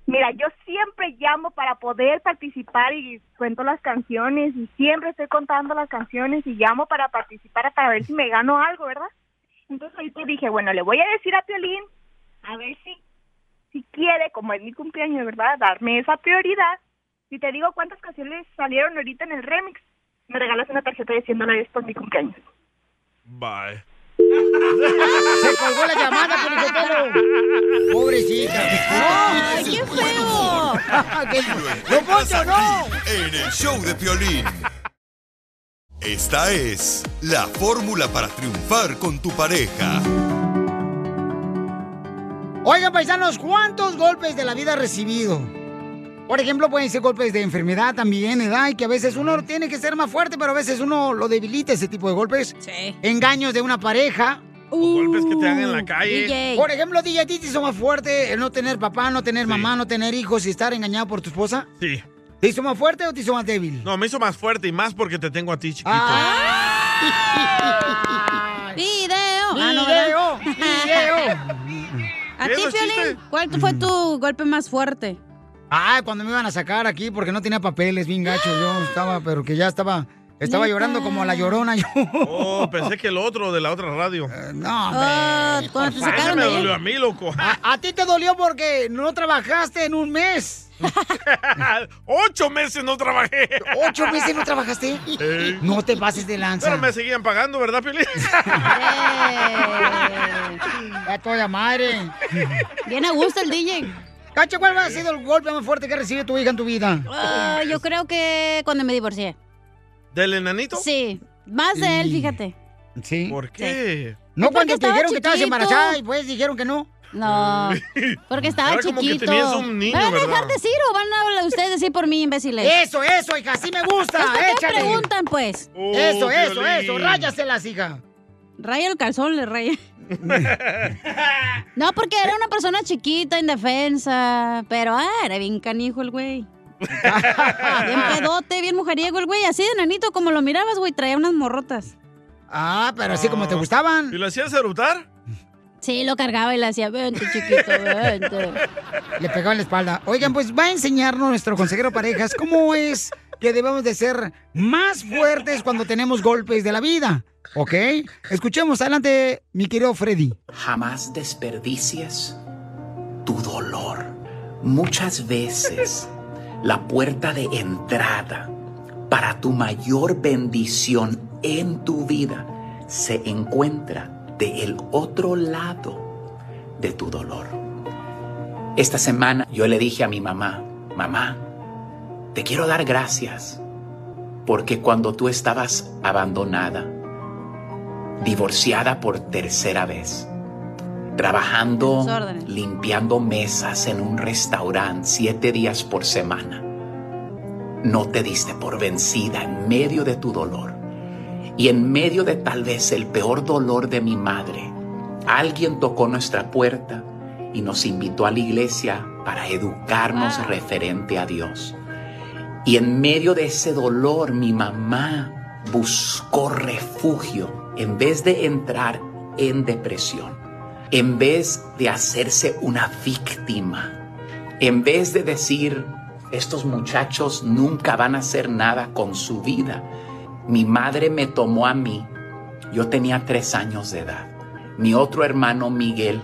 mira, yo siempre llamo para poder participar y cuento las canciones y siempre estoy contando las canciones y llamo para participar para ver si me gano algo, ¿verdad? Entonces ahorita dije, bueno, le voy a decir a Piolín, a ver si, si quiere, como es mi cumpleaños, ¿verdad? Darme esa prioridad. Si te digo cuántas canciones salieron ahorita en el remix, me regalas una tarjeta de 100 dólares por mi cumpleaños.
Bye.
Se colgó la llamada, Felicitelo. Pobrecita.
¡Ay, qué
feo! ¡No, Poncho, no!
En el show de Piolín. Esta es la fórmula para triunfar con tu pareja.
Oigan, paisanos, ¿cuántos golpes de la vida has recibido? Por ejemplo, pueden ser golpes de enfermedad también, edad, y que a veces uno tiene que ser más fuerte, pero a veces uno lo debilita ese tipo de golpes. Sí. Engaños de una pareja. golpes que
te dan en la calle. DJ.
Por ejemplo, DJ, ¿a ti te hizo más fuerte el no tener papá, no tener mamá, no tener hijos y estar engañado por tu esposa?
Sí.
¿Te hizo más fuerte o te hizo más débil?
No, me hizo más fuerte y más porque te tengo a ti, chiquito.
Ah,
Video. Ah, no,
Video,
¿verdad? ¿A
¿Qué
ti,
es los
Piolín?
chistes?
¿Cuál fue tu golpe más fuerte?
Ah, cuando me iban a sacar aquí porque no tenía papeles, bien gacho. Yo estaba, pero que ya estaba, estaba
Neta.
llorando como la llorona yo.
Oh, pensé que el otro de la otra radio.
Eh, no,
hombre.
Ah, cuando te sacaron
me
de pues ahí.
dolió a mí, loco.
A, a ti te dolió porque no trabajaste en un mes.
Ocho meses no trabajé.
¿Ocho meses no trabajaste?
Ey.
No te pases de lanza.
Pero me seguían pagando, ¿verdad, Piolín?
Ya toda madre. Bien a gusto el DJ. Cacho, ¿cuál ha sido el golpe más fuerte que ha recibido tu hija en tu vida?
Ah, yo creo que cuando me divorcié.
¿Del enanito?
Sí, más de él, fíjate.
Sí.
¿Por qué?
No
Porque
cuando te
estaba
dijeron que estabas
chiquito.
embarazada y pues dijeron que no.
No, porque estaba
Era
chiquito.
como que tenías un niño,
¿Van a
¿verdad?
dejar decir o van a hablar ustedes decir por mí, imbéciles?
Eso, eso, hija, así me gusta,
¿Es que
échale.
¿Qué
Oh,
preguntan, pues?
eso, eso, eso, ráyaselas, hija.
Raya el calzón, le raya. No, porque era una persona chiquita, indefensa. Pero ah, era bien canijo el güey. bien pedote, bien mujeriego el güey. Así de nanito como lo mirabas, güey, traía unas morrotas.
Ah, pero así como te gustaban.
¿Y lo hacías erutar?
Sí, lo cargaba y le hacía, vente, chiquito, vente.
Le pegaba en la espalda. Oigan, pues va a enseñarnos nuestro consejero parejas cómo es que debemos de ser más fuertes cuando tenemos golpes de la vida. ¿Ok? Escuchemos, adelante, mi querido Freddy.
Jamás desperdicies tu dolor. Muchas veces la puerta de entrada para tu mayor bendición en tu vida se encuentra del otro lado de tu dolor. Esta semana yo le dije a mi mamá, mamá, te quiero dar gracias porque cuando tú estabas abandonada, divorciada por tercera vez, trabajando,
Desórdenes.
limpiando mesas en un restaurante siete días por semana, no te diste por vencida en medio de tu dolor. Y en medio de tal vez el peor dolor de mi madre, alguien tocó nuestra puerta y nos invitó a la iglesia para educarnos referente a Dios. Y en medio de ese dolor, mi mamá buscó refugio en vez de entrar en depresión, en vez de hacerse una víctima, en vez de decir, estos muchachos nunca van a hacer nada con su vida. Mi madre me tomó a mí. Yo tenía tres años de edad. Mi otro hermano Miguel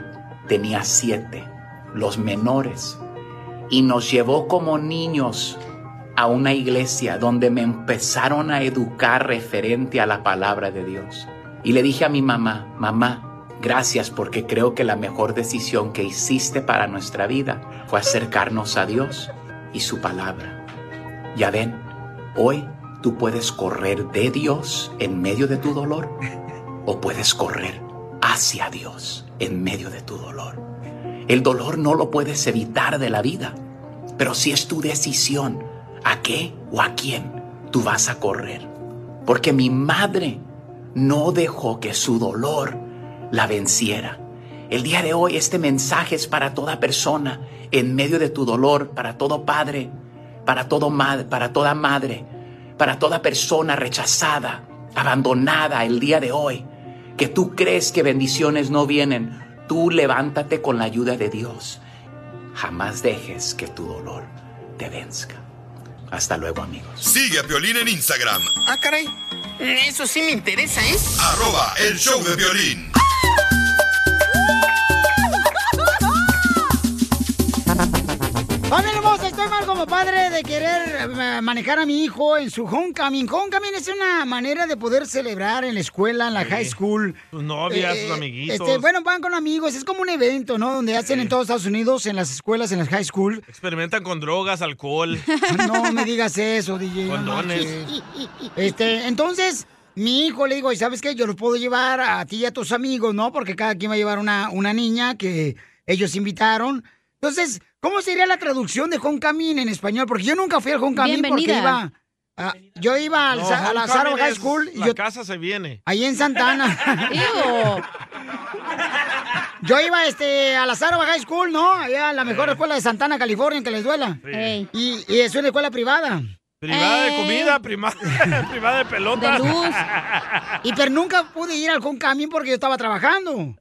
tenía siete, los menores. Y nos llevó como niños a una iglesia donde me empezaron a educar referente a la palabra de Dios. Y le dije a mi mamá, mamá, gracias porque creo que la mejor decisión que hiciste para nuestra vida fue acercarnos a Dios y su palabra. Ya ven, hoy tú puedes correr de Dios en medio de tu dolor o puedes correr hacia Dios en medio de tu dolor. El dolor no lo puedes evitar de la vida, pero si es tu decisión a qué o a quién tú vas a correr. Porque mi madre no dejó que su dolor la venciera. El día de hoy este mensaje es para toda persona en medio de tu dolor, para todo padre, para todo ma- para toda madre, para toda persona rechazada, abandonada el día de hoy, que tú crees que bendiciones no vienen, tú levántate con la ayuda de Dios. Jamás dejes que tu dolor te venzca. Hasta luego, amigos.
Sigue a Piolín en Instagram,
Ah, caray. Eso sí me interesa, ¿eh?
arroba el show de violín.
Familia hermosa, estoy mal como padre de querer eh, manejar a mi hijo en su homecoming. Homecoming es una manera de poder celebrar en la escuela, en la high school.
Tus novias,
Eh,
tus amiguitos.
este, bueno, van con amigos, es como un evento, ¿no? Donde hacen en todos Estados Unidos, en las escuelas, en las high school.
Experimentan con drogas, alcohol.
No me digas eso, DJ. no
Condones.
manches. Este, entonces, mi hijo le digo, ¿y sabes qué? Yo los puedo llevar a ti y a tus amigos, ¿no? Porque cada quien va a llevar una, una niña que ellos invitaron. Entonces, ¿cómo sería la traducción de homecoming en español? Porque yo nunca fui al homecoming porque
Bienvenida.
iba... a- yo iba al,
No,
Sa- a la
homecoming
Saro High
es-
School y
La
yo
casa se viene.
Ahí en Santana. Yo iba este, a la Sarva High School, ¿no? Allá a la
Eh.
mejor escuela de Santana, California, que les duela.
Ey. Eh.
Y, y es una escuela privada.
Privada de comida, prima- privada de
Eh.
pelota.
De luz. Y pero nunca pude ir al Homecoming porque yo estaba trabajando.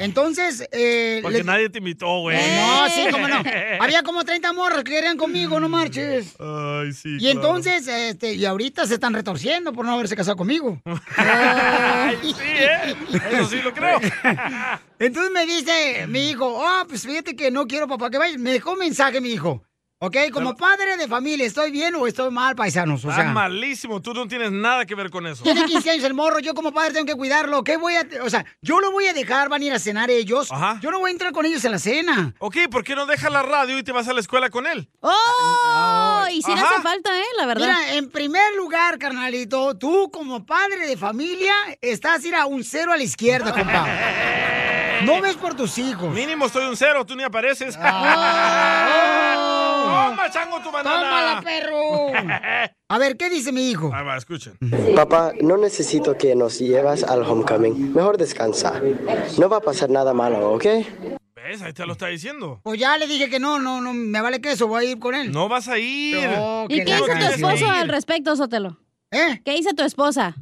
Entonces, eh,
Porque
le-
nadie te invitó, güey.
no, sí, cómo no. Había como 30 morras que querían conmigo, no marches.
Ay, sí.
Y
claro.
entonces, este, y ahorita se están retorciendo por no haberse casado conmigo.
Ay, sí, ¿eh? Eso sí lo creo.
Entonces me dice mi hijo, ah, pues fíjate que no quiero papá que vaya. Me dejó un mensaje mi hijo. Ok, como padre de familia, ¿estoy bien o estoy mal, paisanos? O
Está
sea,
malísimo. Tú no tienes nada que ver con eso.
tiene 15 años el morro, yo como padre tengo que cuidarlo. ¿Qué voy a...? O sea, yo lo voy a dejar, van a ir a cenar ellos. Yo no voy a entrar con ellos en la cena.
Ok, ¿por qué no dejas la radio y te vas a la escuela con él?
¡Oh!
y sí le hace Ajá.
falta, ¿eh? La
verdad.
Mira, en primer lugar, carnalito, tú como padre de familia estás ir a un cero a la izquierda, compa. No ves por tus hijos.
Mínimo estoy un cero, tú ni apareces. Ah.
Ah.
¡Toma, chango, tu
¡Tómala,
banana!
perro! A ver, ¿qué dice mi hijo?
Ah, va, escuchen.
Papá, no necesito que nos llevas al homecoming. Mejor descansa. No va a pasar nada malo, ¿ok?
¿Ves? Ahí te lo está diciendo.
Pues ya le dije que no, no, no, me vale que eso, voy a ir con él.
No vas a ir.
No,
¿Y
que
qué
la
hizo tu
canción.
esposo al respecto, Sotelo?
¿Eh?
¿Qué hizo tu esposa?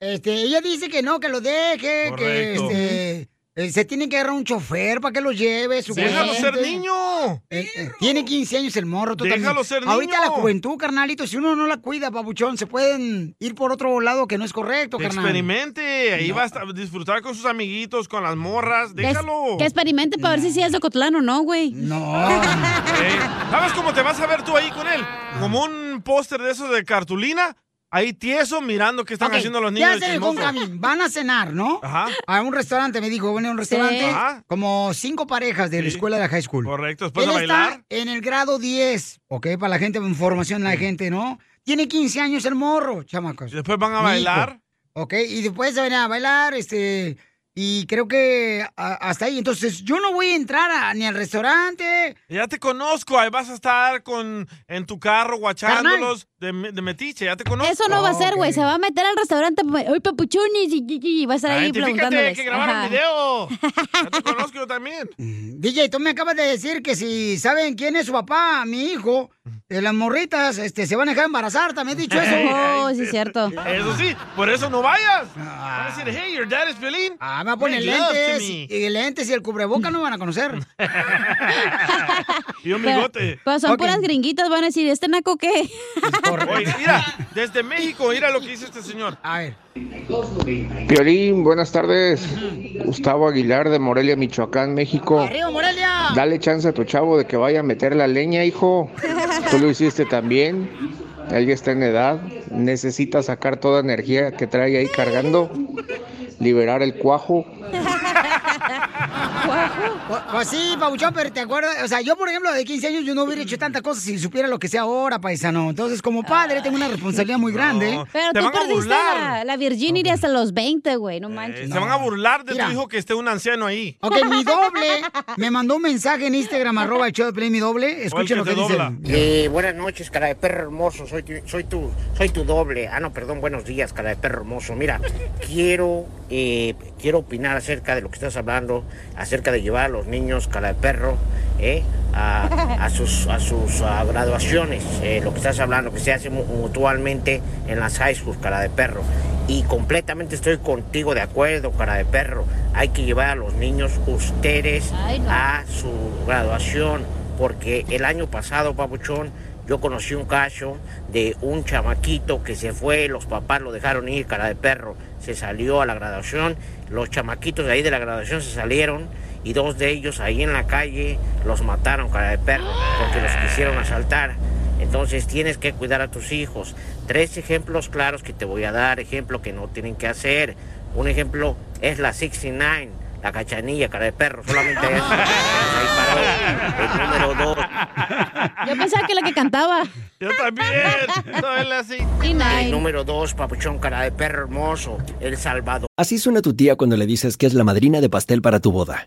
Este, ella dice que no, que lo deje, que
Correcto.
este, eh, se tiene que agarrar un chofer para que lo lleve.
Déjalo ser niño!
Eh,
tiene 15 años el morro, tú también.
Déjalo ser
Ahorita
niño.
la juventud, carnalito, si uno no la cuida, babuchón, se pueden ir por otro lado que no es correcto, carnal.
Experimente. Ahí
No.
vas a disfrutar con sus amiguitos, con las morras.
Que, es-
Déjalo.
que experimente para ver si sí es de Cotlán o no, güey.
No.
Eh, ¿Sabes cómo te vas a ver tú ahí con él?
Ah.
Como un póster de esos de cartulina, ahí tieso mirando qué están
Ok,
haciendo los
Ya
niños.
se
de
dejó un
chismoso.
camino. Van a cenar, ¿no?
Ajá.
A un restaurante, me dijo, bueno, a un restaurante.
Ajá.
Como cinco parejas de la
Sí.
escuela de la high school.
Correcto, después
Él
a bailar. Mm.
está en el grado 10, ¿ok? Para la gente, información a la gente, ¿no? Tiene 15 años el morro, chamacos.
Después van a
Mi
bailar.
Ok, y después se van a bailar, este... Y creo que a- hasta ahí. Entonces, yo no voy a entrar a- ni al restaurante.
Ya te conozco, ahí vas a estar con en tu carro guachándolos de, me- de metiche, ya te conozco.
Eso no va a ser, güey. Se va a meter al restaurante. pa- Hoy papuchunis y, y- y va a estar ahí
Identifícate
preguntándoles.
que grabaron
Ajá.
video. Ya te conozco yo también.
DJ, Mm, tú me acabas de decir que si saben quién es su papá, mi hijo,
Mm.
eh, las morritas este, se van a dejar embarazar, también he dicho eso.
Oh,
sí, cierto.
Eso sí, por eso no vayas. Van a decir, hey, your dad is Piolín.
Ah, me ponen lentes, y lentes y el cubreboca no van a conocer.
Y un
Pero-
bigote.
Pero son puras gringuitas, van a decir, ¿este naco qué?
Oye, mira, desde México, mira lo que dice este señor.
A ver.
Violín, buenas tardes. Gustavo Aguilar de Morelia, Michoacán, México.
¡Arriba, Morelia!
Dale chance a tu chavo de que vaya a meter la leña, hijo. Tú lo hiciste también. Él ya está en edad. Necesita sacar toda energía que trae ahí cargando. Liberar el cuajo.
Pues- Pues sí, Pabuchón, pero te acuerdas, o sea, yo por ejemplo de 15 años yo no hubiera hecho tantas cosas si supiera lo que sea ahora, paisano. Entonces, como padre, tengo una responsabilidad muy grande.
Pero tú perdiste la, la virginity hasta los 20, güey. No manches.
Eh, Se van a burlar de
Mira.
tu hijo que esté un anciano ahí.
Ok, mi doble me mandó un mensaje en Instagram, arroba el show de Play, mi doble. Escuchen lo que dice.
Eh, buenas noches, cara de perro hermoso. Soy tu, soy tu, soy tu doble. Ah, no, perdón, buenos días, cara de perro hermoso. Mira, quiero, eh, quiero opinar acerca de lo que estás hablando, acerca de llevar a los niños, cara de perro, eh, a, a sus, a sus ah, graduaciones. eh, lo que estás hablando, que se hace mu- mutualmente en las high schools, cara de perro. Y completamente estoy contigo de acuerdo, cara de perro. Hay que llevar a los niños ustedes a su graduación. Porque el año pasado, Papuchón, yo conocí un caso de un chamaquito que se fue, los papás lo dejaron ir, cara de perro. Se salió a la graduación. Los chamaquitos de ahí de la graduación se salieron. Y dos de ellos ahí en la calle los mataron, cara de perro, porque los quisieron asaltar. Entonces tienes que cuidar a tus hijos. Tres ejemplos claros que te voy a dar, ejemplo que no tienen que hacer. Un ejemplo es la 69, la cachanilla, cara de perro, solamente eso. Ahí paró. El número dos.
Yo pensaba que la que cantaba.
Yo también. Soy la así.
Y
El
nine.
número dos, papuchón, cara de perro hermoso, El Salvador.
Así suena tu tía cuando le dices que es la madrina de pastel para tu boda.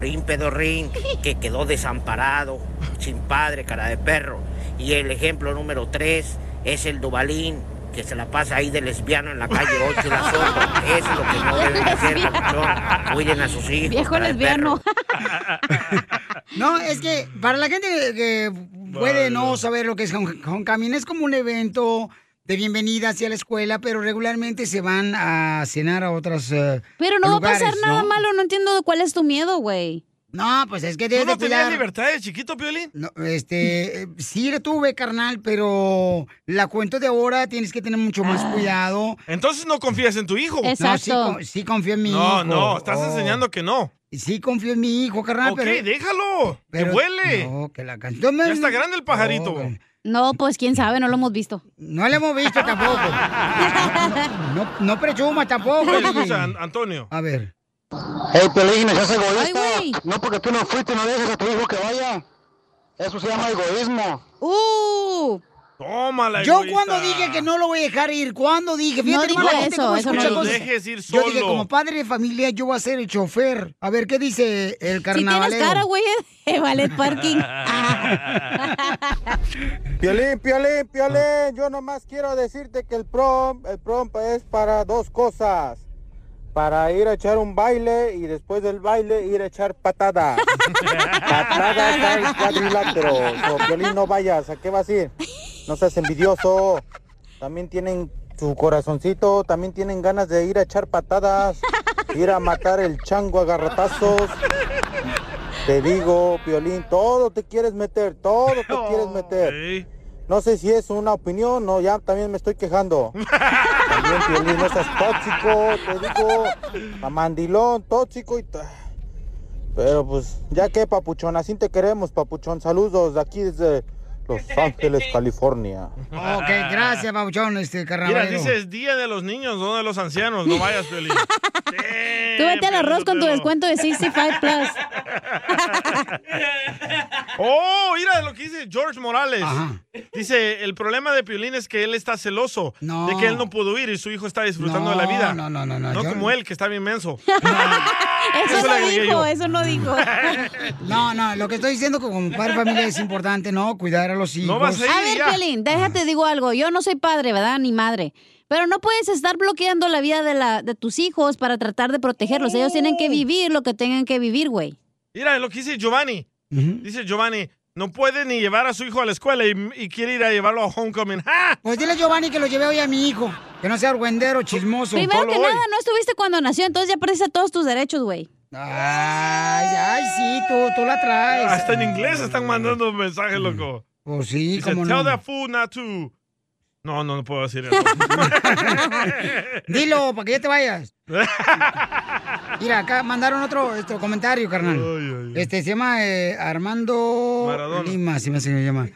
Rin pedorrín, que quedó desamparado, sin padre, cara de perro. Y el ejemplo número tres es el Dubalín, que se la pasa ahí de lesbiano en la calle 8 y la sopa. Eso es lo que no deben hacer, papuchón. Cuiden a sus hijos.
Viejo
cara de perro.
lesbiano.
No, es que para la gente que- que puede no saber lo que es Hon- Homecoming, es como un evento de bienvenida hacia la escuela, pero regularmente se van a cenar a otras. eh,
Pero no
lugares,
va a pasar nada
¿no?
malo, no entiendo cuál es tu miedo, güey.
No, pues es que
debe
debes
de
de cuidar.
libertad de chiquito, Piolín?
No, este, eh, sí la tuve, carnal, pero la cuento de ahora tienes que tener mucho más cuidado.
Entonces no confías en tu Ah. hijo.
No, sí, con- sí confío en mi
no,
hijo.
no, estás
Oh.
enseñando que no.
Sí confío en mi hijo, carnal,
ok,
pero...
déjalo.
pero-
que huele.
No, que la can-
Ya está grande el pajarito.
No, pues quién sabe, no lo hemos visto.
No lo hemos visto tampoco. No, no presuma tampoco.
Oye,
DJ.
escucha, Pues, An- Antonio.
A ver.
Hey, Pelín, seas egoísta.
Ay, güey.
no porque tú no fuiste, no dejes a tu hijo que vaya. Eso Pues se llama egoísmo.
¡Uh!
Tómala,
Yo
egoísta.
cuando dije que no lo voy a dejar ir, cuando dije,
No
fíjate,
dijo
hermano, la gente
eso,
cómo
eso no
escucha
dijo.
cosas.
No dejes ir
Yo dije,
solo.
como padre de familia, yo voy a ser el chofer. A ver, ¿qué dice el
Si
carnavalero?
tienes cara, güey, de ballet parking.
Piolín, Piolín, Piolín, yo nomás quiero decirte que el prom, el prom es para dos cosas. Para ir a echar un baile y después del baile ir a echar patada. patada cae el cuadrilátero. So, Piolín, no vayas, ¿a qué vas a ir? No seas envidioso. También tienen su corazoncito, también tienen ganas de ir a echar patadas, ir a matar el chango a garrotazos. Te digo, Piolín, todo te quieres meter, todo te quieres meter. No sé si es una opinión, no, ya también me estoy quejando. También, Piolín, no seas tóxico, te digo, mamandilón, tóxico y... ta- Pero pues, ya que, papuchón, así te queremos, papuchón. Saludos de aquí desde Los Ángeles, California.
Ok, gracias, Babuchón, este
Mira,
carnavalero.
dice es día de los niños, no de los ancianos. No vayas, Piolín.
Tú vete al arroz con tu descuento de 65 Plus.
Oh, mira lo que dice George Morales. Dice, el problema de Piolín es que él está celoso
No.
de que él no pudo ir y su hijo está disfrutando
No,
de la vida.
no, no, no, no,
No,
yo-
como él, que está bien menso. Ah,
Eso,
Eso le
no
agregué
dijo,
yo.
eso no dijo.
No, no, lo que estoy diciendo que como padre de familia es importante, ¿no? Cuidar a los hijos.
A ver, Piolín, déjate, digo algo. Yo no soy padre, ¿verdad? Ni madre. Pero no puedes estar bloqueando la vida de, la, de tus hijos para tratar de protegerlos. Ellos tienen que vivir lo que tengan que vivir, güey.
Mira lo que dice Giovanni. Dice Giovanni, no puede ni llevar a su hijo a la escuela y, y quiere ir a llevarlo a homecoming. ¡Ah! ¡Ja!
Pues dile a Giovanni que lo lleve hoy a mi hijo. Que no sea argüendero, chismoso.
Primero que nada, no estuviste cuando nació, entonces ya perdiste todos tus derechos, güey.
Ah.
Ay, ay, sí, tú, tú la traes.
Hasta Ah, en inglés están mandando mensajes, loco.
Pues sí,
Dice,
cómo
tell
no.
that fool not to... No, no, no puedo decir eso.
Dilo, para que ya te vayas. Mira, acá mandaron otro esto, comentario, carnal. Este se llama eh, Armando
Maradona.
Lima, se me hace que se llama.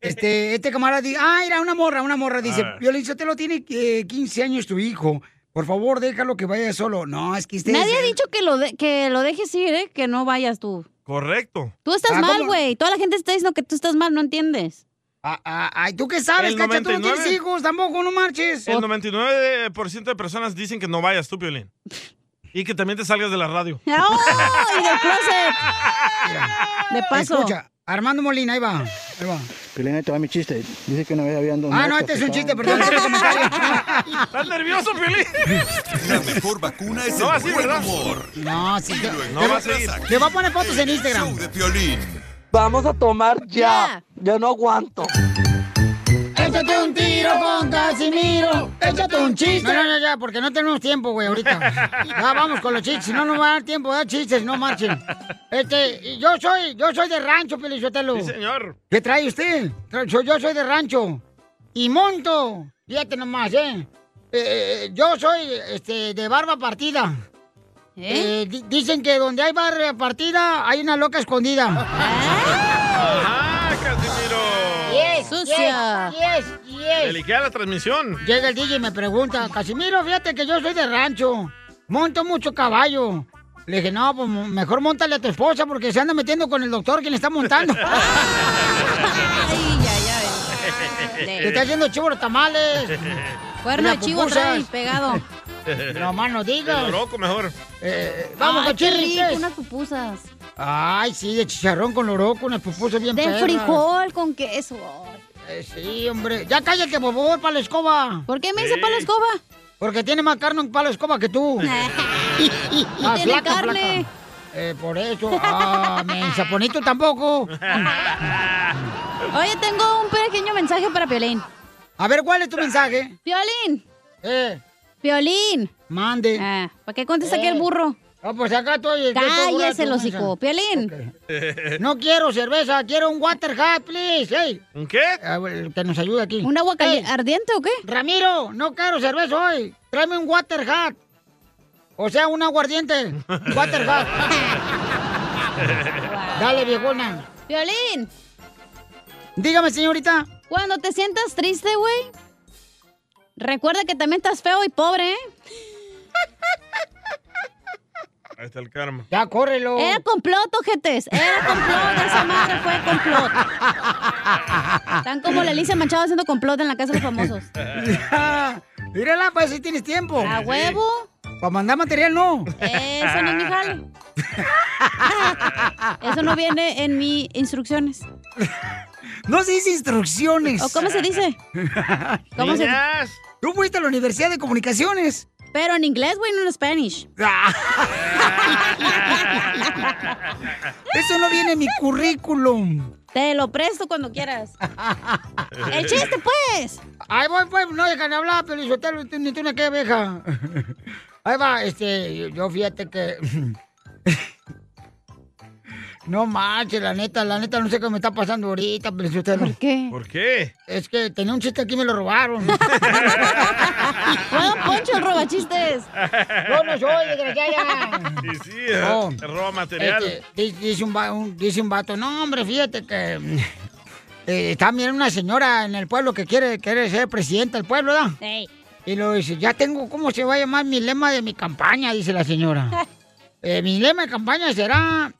Este, este camarada dice, ah, era una morra, una morra. Dice,
Ah.
ver.
Violín, te lo tiene eh, 15 años tu hijo. Por favor, déjalo que vaya solo. No, es que este ustedes...
Nadie ha dicho que lo, de- que lo dejes ir, ¿eh? Que no vayas tú.
Correcto.
Tú estás
Ah,
mal,
¿cómo? Ah,
güey. Toda la gente está diciendo que tú estás mal, no entiendes.
ay, ¿tú qué sabes,
El
Cacha? Tú no
99.
tienes hijos, tampoco, no marches.
El 99% de personas dicen que no vayas tú, Piolín. Y que también te salgas de la radio.
¡Oh! Y del closet.
De
paso.
Escucha, Armando Molina, ahí va. Ahí va.
Piolín, ahí te va mi chiste. Dice que una vez habían dos
Ah, no,
moscas
este
que
es un chiste,
estaban-
perdón, es un comentario.
¿Estás nervioso, Piolín?
La mejor vacuna es
No,
el
así,
buen
¿verdad?
humor.
No, sí, te,
No
te
vas a ir.
va, te va a poner fotos en Instagram.
Vamos a tomar ya. Yo no aguanto.
Échate un tiro con Casimiro. Échate un chiste. No, no, no, ya, porque no tenemos tiempo, güey, ahorita. Ya vamos con los chistes. No nos va a dar tiempo de dar chistes, no marchen. Este, yo soy, yo soy de rancho, Pelichotelo.
Sí, señor.
¿Qué trae usted? Tra- Yo, yo soy de rancho. Y monto. Fíjate nomás, ¿eh? Eh, eh, yo soy este, de barba partida. Eh, di- dicen que donde hay barba partida hay una loca escondida.
¡Ah, Casimiro!
Yes,
Sucia.
Yes, yes, yes.
Delicada la transmisión.
Llega el DJ y me pregunta, Casimiro, fíjate que yo soy de rancho, monto mucho caballo. Le dije, no, pues mo- mejor montale a tu esposa porque se anda metiendo con el doctor que le está montando.
Ay, ya, ya ves.
Le está haciendo chivo los tamales.
Cuerno de
Unas
chivo
pupusas.
trae pegado.
No más no digas.
De lo loco, mejor.
Eh, vamos
Ay,
con
qué
chirri.
rico,
pues.
Unas pupusas.
Ay, sí, de chicharrón con loroco, unas pupusas bien
Ah. De
perras.
frijol con queso.
Eh, sí, hombre. Ya cállate, por favor, palo escoba.
¿Por qué me dice palo escoba?
Porque tiene más carne un palo escoba que tú. Ah,
No tiene carne.
Eh, por eso. Ah, mensa, bonito tampoco.
Oye, tengo un pequeño mensaje para Piolín.
A ver, ¿cuál es tu mensaje?
Piolín.
Eh.
Piolín.
Mande.
Ah, ¿para qué contesta
Eh.
aquí el burro?
No, pues acá estoy.
Cállese el
los
hocico. Piolín.
No quiero cerveza, quiero un water hat, please. Hey.
¿Un qué?
que nos ayude aquí.
¿Un agua cali-
Ey.
ardiente o qué?
Ramiro, no quiero cerveza hoy. Tráeme un water hat. O sea, un aguardiente. Water hat. Dale, viejona.
Violín.
Dígame, señorita.
Cuando te sientas triste, güey. Recuerda que también estás feo y pobre, ¿eh?
Ahí está el karma.
Ya, córrelo.
Era complot, ojetes. Era complot. Esa madre fue complot. Están como la Alicia Machado haciendo complot en la casa de los famosos.
Mírala, para si tienes tiempo.
A huevo.
Para mandar material, no.
Eso no es mi jale. Eso no viene en mis instrucciones.
No se dice instrucciones.
¿O cómo se dice? ¿Cómo se
dice? Tú fuiste a la Universidad de Comunicaciones.
Pero en inglés, güey, no en Spanish.
Eso no viene en mi currículum.
Te lo presto cuando quieras. ¡El chiste, pues!
Ahí voy, pues, no dejan hablar, pero yo te lo ni tú ni qué vieja. Ahí va, este, yo fíjate que. No manches, la neta, la neta, no sé qué me está pasando ahorita, pero usted ¿Por
qué?
¿Por qué?
Es que tenía un chiste aquí y me lo robaron.
Juan Poncho, el robachistes.
Yo no soy, desgraciada.
Sí, sí,
No.
eh, te roba material.
Este, di- dice, un, va- un- dice un vato, no, hombre, fíjate que eh, está mirando una señora en el pueblo que quiere, quiere ser presidenta del pueblo, ¿verdad? Y lo dice, ya tengo cómo se va a llamar mi lema de mi campaña, dice la señora. Eh, mi lema de campaña será,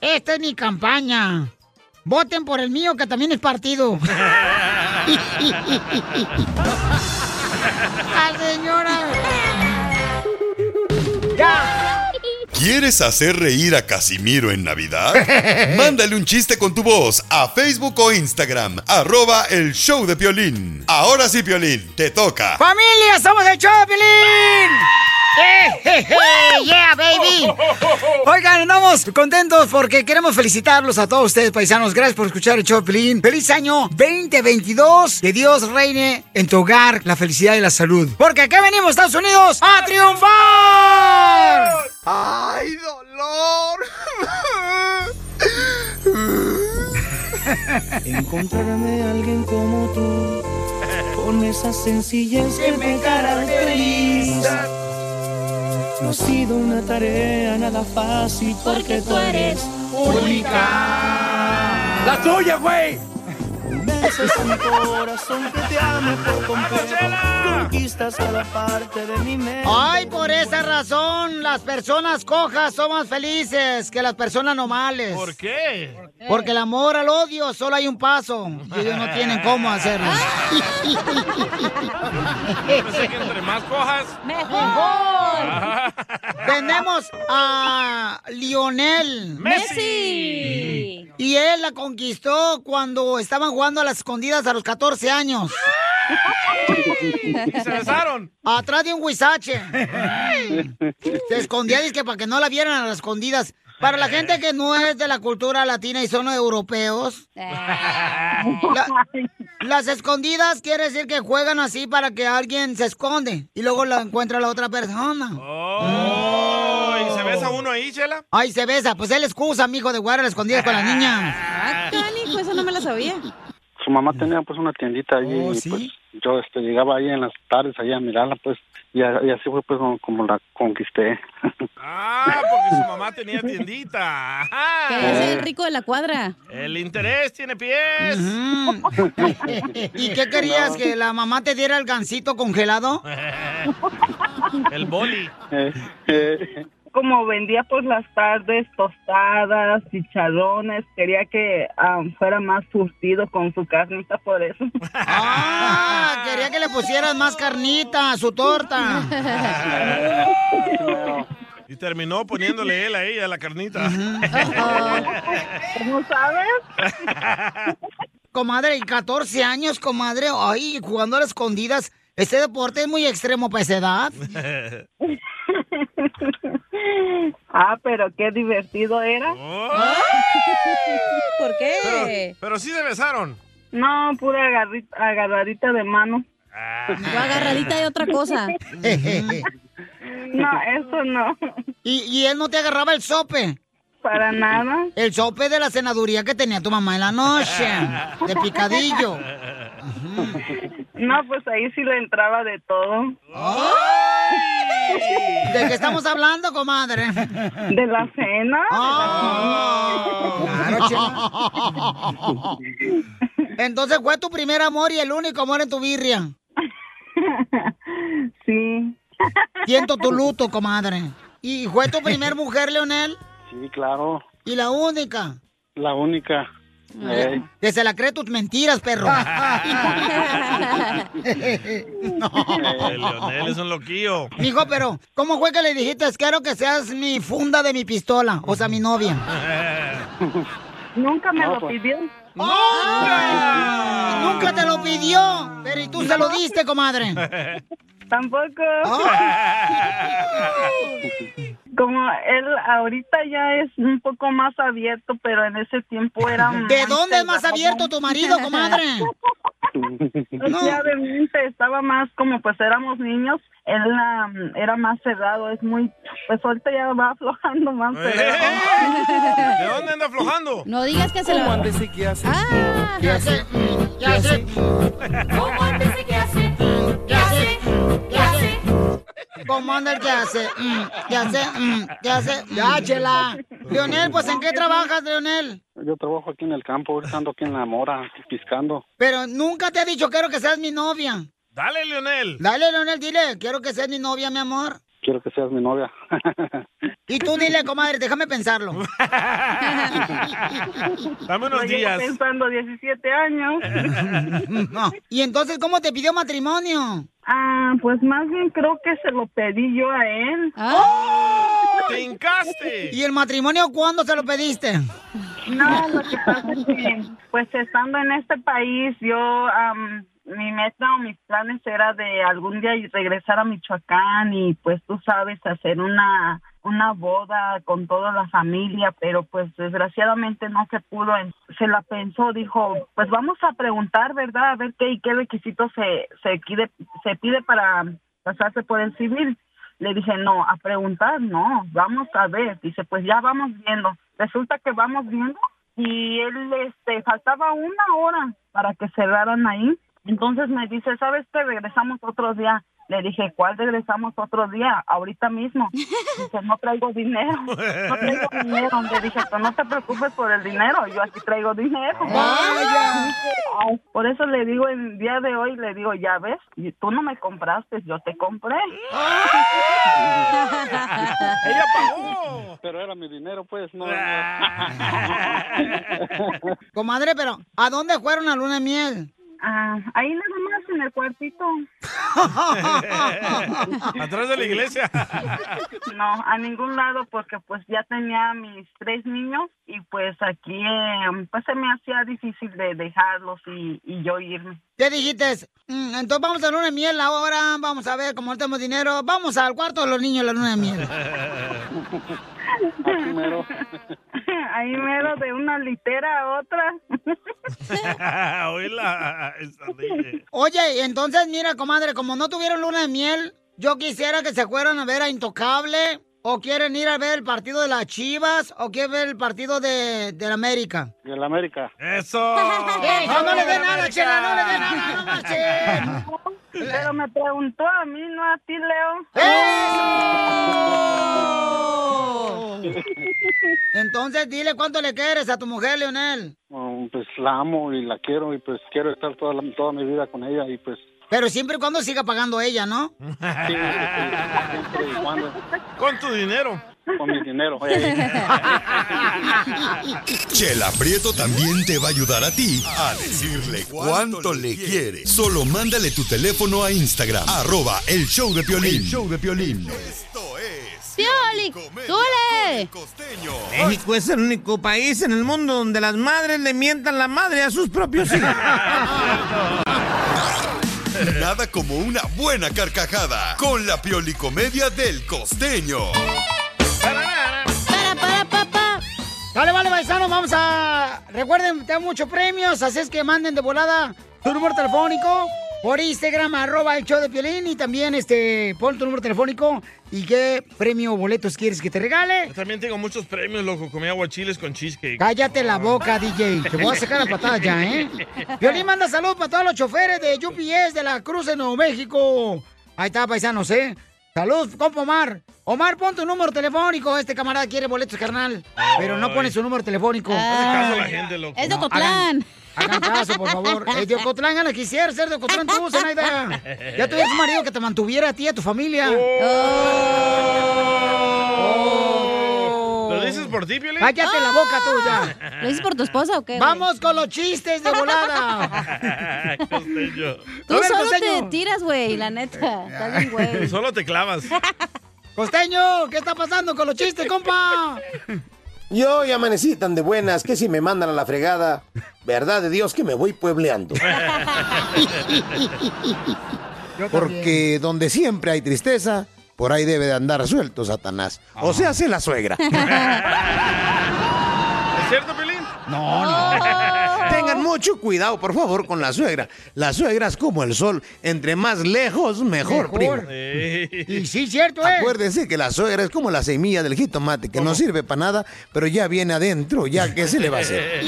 esta es mi campaña. Voten por el mío, que también es partido. ¡Ah, señora! ¡Ya!
¿Quieres hacer reír a Casimiro en Navidad? Mándale un chiste con tu voz a Facebook o Instagram, arroba el show de Piolín. Ahora sí, Piolín, te toca.
¡Familia, somos el Choplin! ¡Eh, je, je! ¡Yeah, baby! Oigan, andamos contentos porque queremos felicitarlos a todos ustedes, paisanos. Gracias por escuchar el Choplin. ¡Feliz año 2022! Que Dios reine en tu hogar la felicidad y la salud. Porque acá venimos, Estados Unidos, a triunfar.
¡Ay, dolor!
Encontrarme a alguien como tú, con esa sencillez que me caracteriza. No ha sido una tarea nada fácil porque tú eres única. ¡La tuya, güey! Convences a mi corazón que te amo por completo. Conquistas cada parte de mi mente.
Ay, por esa razón, las personas cojas son más felices que las personas normales.
¿Por qué?
Porque el amor al odio solo hay un paso y ellos no tienen cómo hacerlo.
Yo pensé que entre más cojas. Ah.
¡Mejor! Tenemos a Lionel
Messi.
Y él la conquistó cuando estaban jugando a las escondidas a los 14 años.
se besaron.
Atrás de un huizache. Se escondía que para que no la vieran a las escondidas. Para la gente que no es de la cultura latina y son europeos, la- las escondidas quiere decir que juegan así para que alguien se esconde y luego la encuentra la otra persona. Mm.
Oh, ¿Y se besa uno ahí, Chela?
Ay, se besa. Pues él excusa, mijo, de jugar a las escondidas con las niñas.
Ah, canijo, eso no me lo sabía.
Su mamá tenía pues una tiendita allí
Oh,
y pues yo este, llegaba ahí en las tardes allá a mirarla pues y, a- y así fue pues como- como la conquisté.
Ah, porque su mamá tenía tiendita. Ajá.
Que es el rico de la cuadra.
El interés tiene pies.
¿Y qué querías? ¿Que la mamá te diera el gancito congelado?
El boli.
Como vendía por las tardes tostadas, chicharrones, quería que ah, fuera más surtido con su carnita por eso.
Ah, quería que le pusieras más carnita a su torta.
Y terminó poniéndole él a ella la carnita.
¿Cómo sabes? Comadre, y 14 años, comadre, ay, jugando a las escondidas. Este deporte es muy extremo para esa edad.
ah, pero qué divertido era.
Oh.
¿Por Pero, pero sí se besaron.
No, pura agarri- agarradita de mano.
Ah.
O agarradita de otra cosa.
No, eso no.
¿Y, y él no te agarraba el sope?
Para nada.
El sope de la senaduría que tenía tu mamá en la noche, de picadillo.
No, pues ahí sí le entraba de todo.
¿De qué estamos hablando, comadre?
¿De la cena?
Claro, Entonces fue tu primer amor y el único amor en tu birria.
Sí.
Siento tu luto, comadre. ¿Y fue tu primer mujer, Leonel?
Sí, claro,
¿Y la única? Eh,
la Eh. única.
eh,
Ey.
Que se la cree tus mentiras, perro.
Eh,
El Leonel es un loquillo.
Mijo, pero, ¿cómo fue que le dijiste, quiero que seas mi funda de mi pistola? O sea, mi novia.
Eh,
Nunca
me
lo pidió.
¡Nunca! Nunca te lo pidió. Pero y tú se lo diste, comadre.
Tampoco.
Ay.
Como él ahorita ya es un poco más abierto, pero en ese tiempo era
¿De dónde es más abierto tu marido, comadre?
No. Obviamente estaba más como pues éramos niños, él ah, era más cerrado, es muy, pues ahorita ya va aflojando más.
Eh.
¿De dónde anda aflojando?
No digas que se
¿Cómo
lo...
andes
qué hace? Ah,
¿Qué hace? ¿Qué hace?
¿Cómo andes y qué hace?
¿Qué hace? ¿Qué hace? ¿Cómo anda el que hace? Mm, ¿Qué hace? Mm, ¿Qué hace? Ya, chela. Leonel, pues ¿en qué trabajas, Leonel?
Yo trabajo aquí en el campo, ahorita ando aquí en la mora, piscando.
Pero nunca te ha dicho, quiero que seas mi novia.
Dale, Leonel.
Dale, Leonel, dile, quiero que seas mi novia, mi amor.
Quiero que seas mi novia.
Y tú dile, comadre, déjame pensarlo.
Dame
unos Lo llevo días. pensando 17 años.
No. Y entonces, ¿cómo te pidió matrimonio?
Ah, pues más bien creo que se lo pedí yo a él.
¡Oh! ¡Te hincaste!
¿Y el matrimonio cuándo se lo pediste?
No, lo que pasa es que, pues estando en este país, yo, am, mi meta o mis planes era de algún día regresar a Michoacán y, pues tú sabes, hacer una, una boda con toda la familia, pero pues desgraciadamente no se pudo. En- Se la pensó, dijo, pues vamos a preguntar, ¿verdad? A ver qué y qué requisitos se, se, pide, se pide para pasarse por el civil. Le dije, no, a preguntar, no, vamos a ver. Dice, pues ya vamos viendo. Resulta que vamos viendo y él, este, faltaba una hora para que cerraran ahí. Entonces me dice, ¿sabes qué? Regresamos otro día. Le dije, ¿cuál regresamos otro día? Ahorita mismo. Dice, no traigo dinero. No traigo dinero. Le dije, "Pero no te preocupes por el dinero. Yo aquí traigo dinero.
Ah,
Dije, "Ay". Por eso le digo, el día de hoy le digo, ya ves, y tú no me compraste, yo te compré.
Ella pagó.
Pero era mi dinero, pues, no.
Comadre, pero ¿a dónde fueron a luna de miel?
Ah, ahí nada más en el cuartito.
Atrás de la iglesia.
No, a ningún lado porque pues ya tenía mis tres niños y pues aquí eh, pues se me hacía difícil de dejarlos y, y yo irme.
¿Qué dijiste? Mm, entonces vamos a luna de miel ahora, vamos a ver cómo tenemos dinero, vamos al cuarto de los niños la luna de miel.
Ahí mero. Ahí mero de una litera a otra.
Oíla, esa DJ.
Oye, entonces mira, comadre, como no tuvieron luna de miel, yo quisiera que se fueran a ver a Intocable, o quieren ir a ver el partido de las Chivas, o quieren ver el partido de, del América. Eh,
Y el América.
Eso.
no, no le dé nada, chela, no le dé nada, no marchen.
Pero me preguntó a mí, no a ti, Leo.
¡Eh! Entonces dile cuánto le quieres a tu mujer, Leonel.
Um, pues la amo y la quiero y pues quiero estar toda, la- toda mi vida con ella y pues
Pero siempre y cuando siga pagando ella, ¿no?
siempre y cuando
Con tu dinero.
con mi dinero. eh.
Chela Prieto también te va a ayudar a ti a decirle cuánto le quiere. Solo mándale tu teléfono a Instagram, arroba el show de Piolín. show de Piolín.
¡Pioli! ¡Tule!
México es el único país en el mundo donde las madres le mientan la madre a sus propios hijos.
Nada como una buena carcajada con la piolicomedia del costeño.
Para, para, papá. Dale, vale, paisano, vamos a. Recuerden, te dan muchos premios, así es que manden de volada tu número telefónico por Instagram, arroba el show de Piolín y también este, pon tu número telefónico y qué premio o boletos quieres que te regale.
Yo también tengo muchos premios, loco. Comí aguachiles con cheesecake.
Cállate la boca, DJ. Te voy a sacar la patada ya, ¿eh? Violín manda salud para todos los choferes de UPS de la Cruz de Nuevo México. Ahí está, paisanos, ¿eh? Salud, compa Omar. Omar, pon tu número telefónico. Este camarada quiere boletos, carnal. Pero no pone su número telefónico.
Hace caso la gente, loco.
No, Hagan, hagan caso, por favor. Es de Ocotlán, Ana, quisiera ser de Ocotlán tú, Zenaida. Ya tuvieras un marido que te mantuviera a ti y a tu familia.
¿Lo dices por ti, Piolín?
Oh. Cállate la boca tú
Ah.
ya.
¿Lo dices
por tu esposa o qué? Vamos con los chistes de volada.
Costeño.
Tú
A ver,
solo
costeño.
te tiras, güey, la neta. Estás bien, güey.
Solo te clavas.
Costeño, ¿qué está pasando con los chistes, compa?
Yo ya amanecí tan de buenas que si me mandan a la fregada, verdad de Dios que me voy puebleando. Porque donde siempre hay tristeza, por ahí debe de andar suelto Satanás. O sea, hace la suegra.
¿Es cierto, Piolín?
No, no. Tengan mucho cuidado, por favor, con la suegra. La suegra es como el sol. Entre más lejos, mejor, primo.
Y sí, cierto, eh.
Acuérdese que la suegra es como la semilla del jitomate, que no sirve para nada, pero ya viene adentro, ya que se le va a hacer.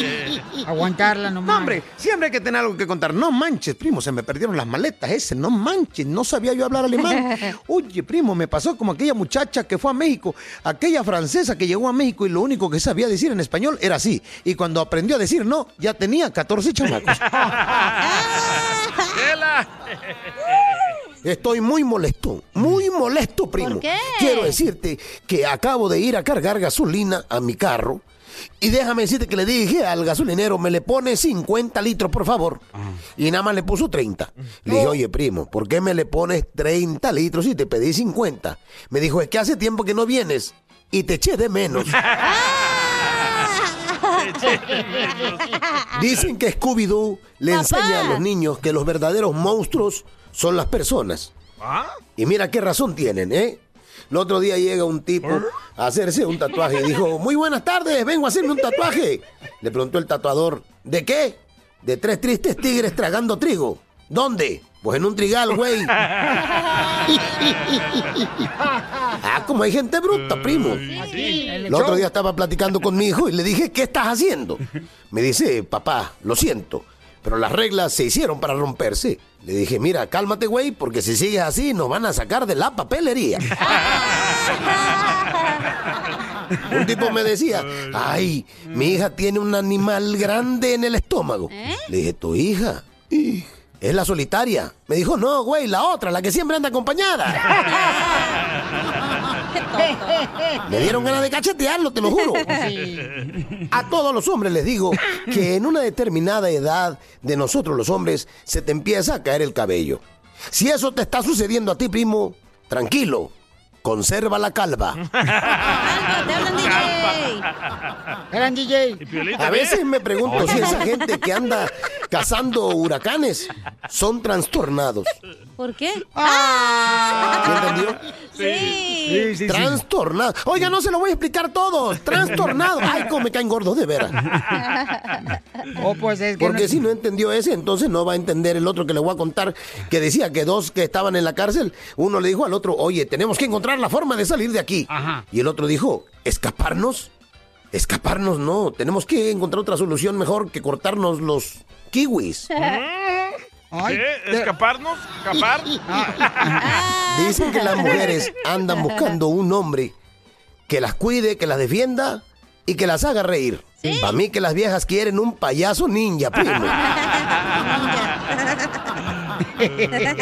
Aguantarla nomás.
hombre, siempre hay que tener algo que contar. No manches, primo, se me perdieron las maletas ese, no manches, no sabía yo hablar alemán. Oye, primo, me pasó como aquella muchacha que fue a México, aquella francesa que llegó a México y lo único que sabía decir en español era sí. Y cuando aprendió a decir no, ya tenía 14 chamacos.
¡Chela!
Estoy muy molesto, muy molesto, primo.
Mm. qué?
Quiero decirte que acabo de ir a cargar gasolina a mi carro. Y déjame decirte que le dije al gasolinero, me le pone 50 litros, por favor.
Ah.
Y nada más le puso 30. Le dije, oye, primo, ¿por qué me le pones 30 litros y te pedí 50? Me dijo, es que hace tiempo que no vienes y te eché de menos. Dicen que Scooby-Doo le
Papá.
enseña a los niños que los verdaderos monstruos son las personas.
¿Ah?
Y mira qué razón tienen, ¿eh? El otro día llega un tipo a hacerse un tatuaje y dijo, muy buenas tardes, vengo a hacerme un tatuaje. Le preguntó el tatuador, ¿de qué? De tres tristes tigres tragando trigo. ¿Dónde? Pues en un trigal, güey. ah, como hay gente bruta, primo. El otro día estaba platicando con mi hijo y le dije, ¿qué estás haciendo? Me dice, papá, lo siento, pero las reglas se hicieron para romperse. Le dije, mira, cálmate, güey, porque si sigues así nos van a sacar de la papelería. Un tipo me decía, ay, mi hija tiene un animal grande en el estómago. Le dije, ¿tu hija? Es la solitaria. Me dijo, no, güey, la otra, la que siempre anda acompañada. Me dieron ganas de cachetearlo, te lo juro. A todos los hombres les digo que en una determinada edad de nosotros los hombres se te empieza a caer el cabello. Si eso te está sucediendo a ti, primo, tranquilo, conserva la calva.
Ah,
Gran DJ.
A veces me pregunto si esa gente que anda cazando huracanes son trastornados.
¿Por qué?
Ah.
¿Sí entendió?
Sí.
Trastornado. Oiga, no se lo voy a explicar todo. Trastornado. Ay, cómo me caen gordos, de veras.
Oh, pues,
Porque si no entendió ese, entonces no va a entender el otro que le voy a contar, que decía que dos que estaban en la cárcel, uno le dijo al otro, oye, tenemos que encontrar la forma de salir de aquí. Y el otro dijo, ¿escaparnos? Escaparnos no, tenemos que encontrar otra solución mejor que cortarnos los kiwis.
Mm.
¿Qué? ¿Escaparnos? ¿Escapar?
Ah. Dicen que las mujeres andan buscando un hombre que las cuide, que las defienda y que las haga reír. Para mí que las viejas quieren un payaso ninja, primo.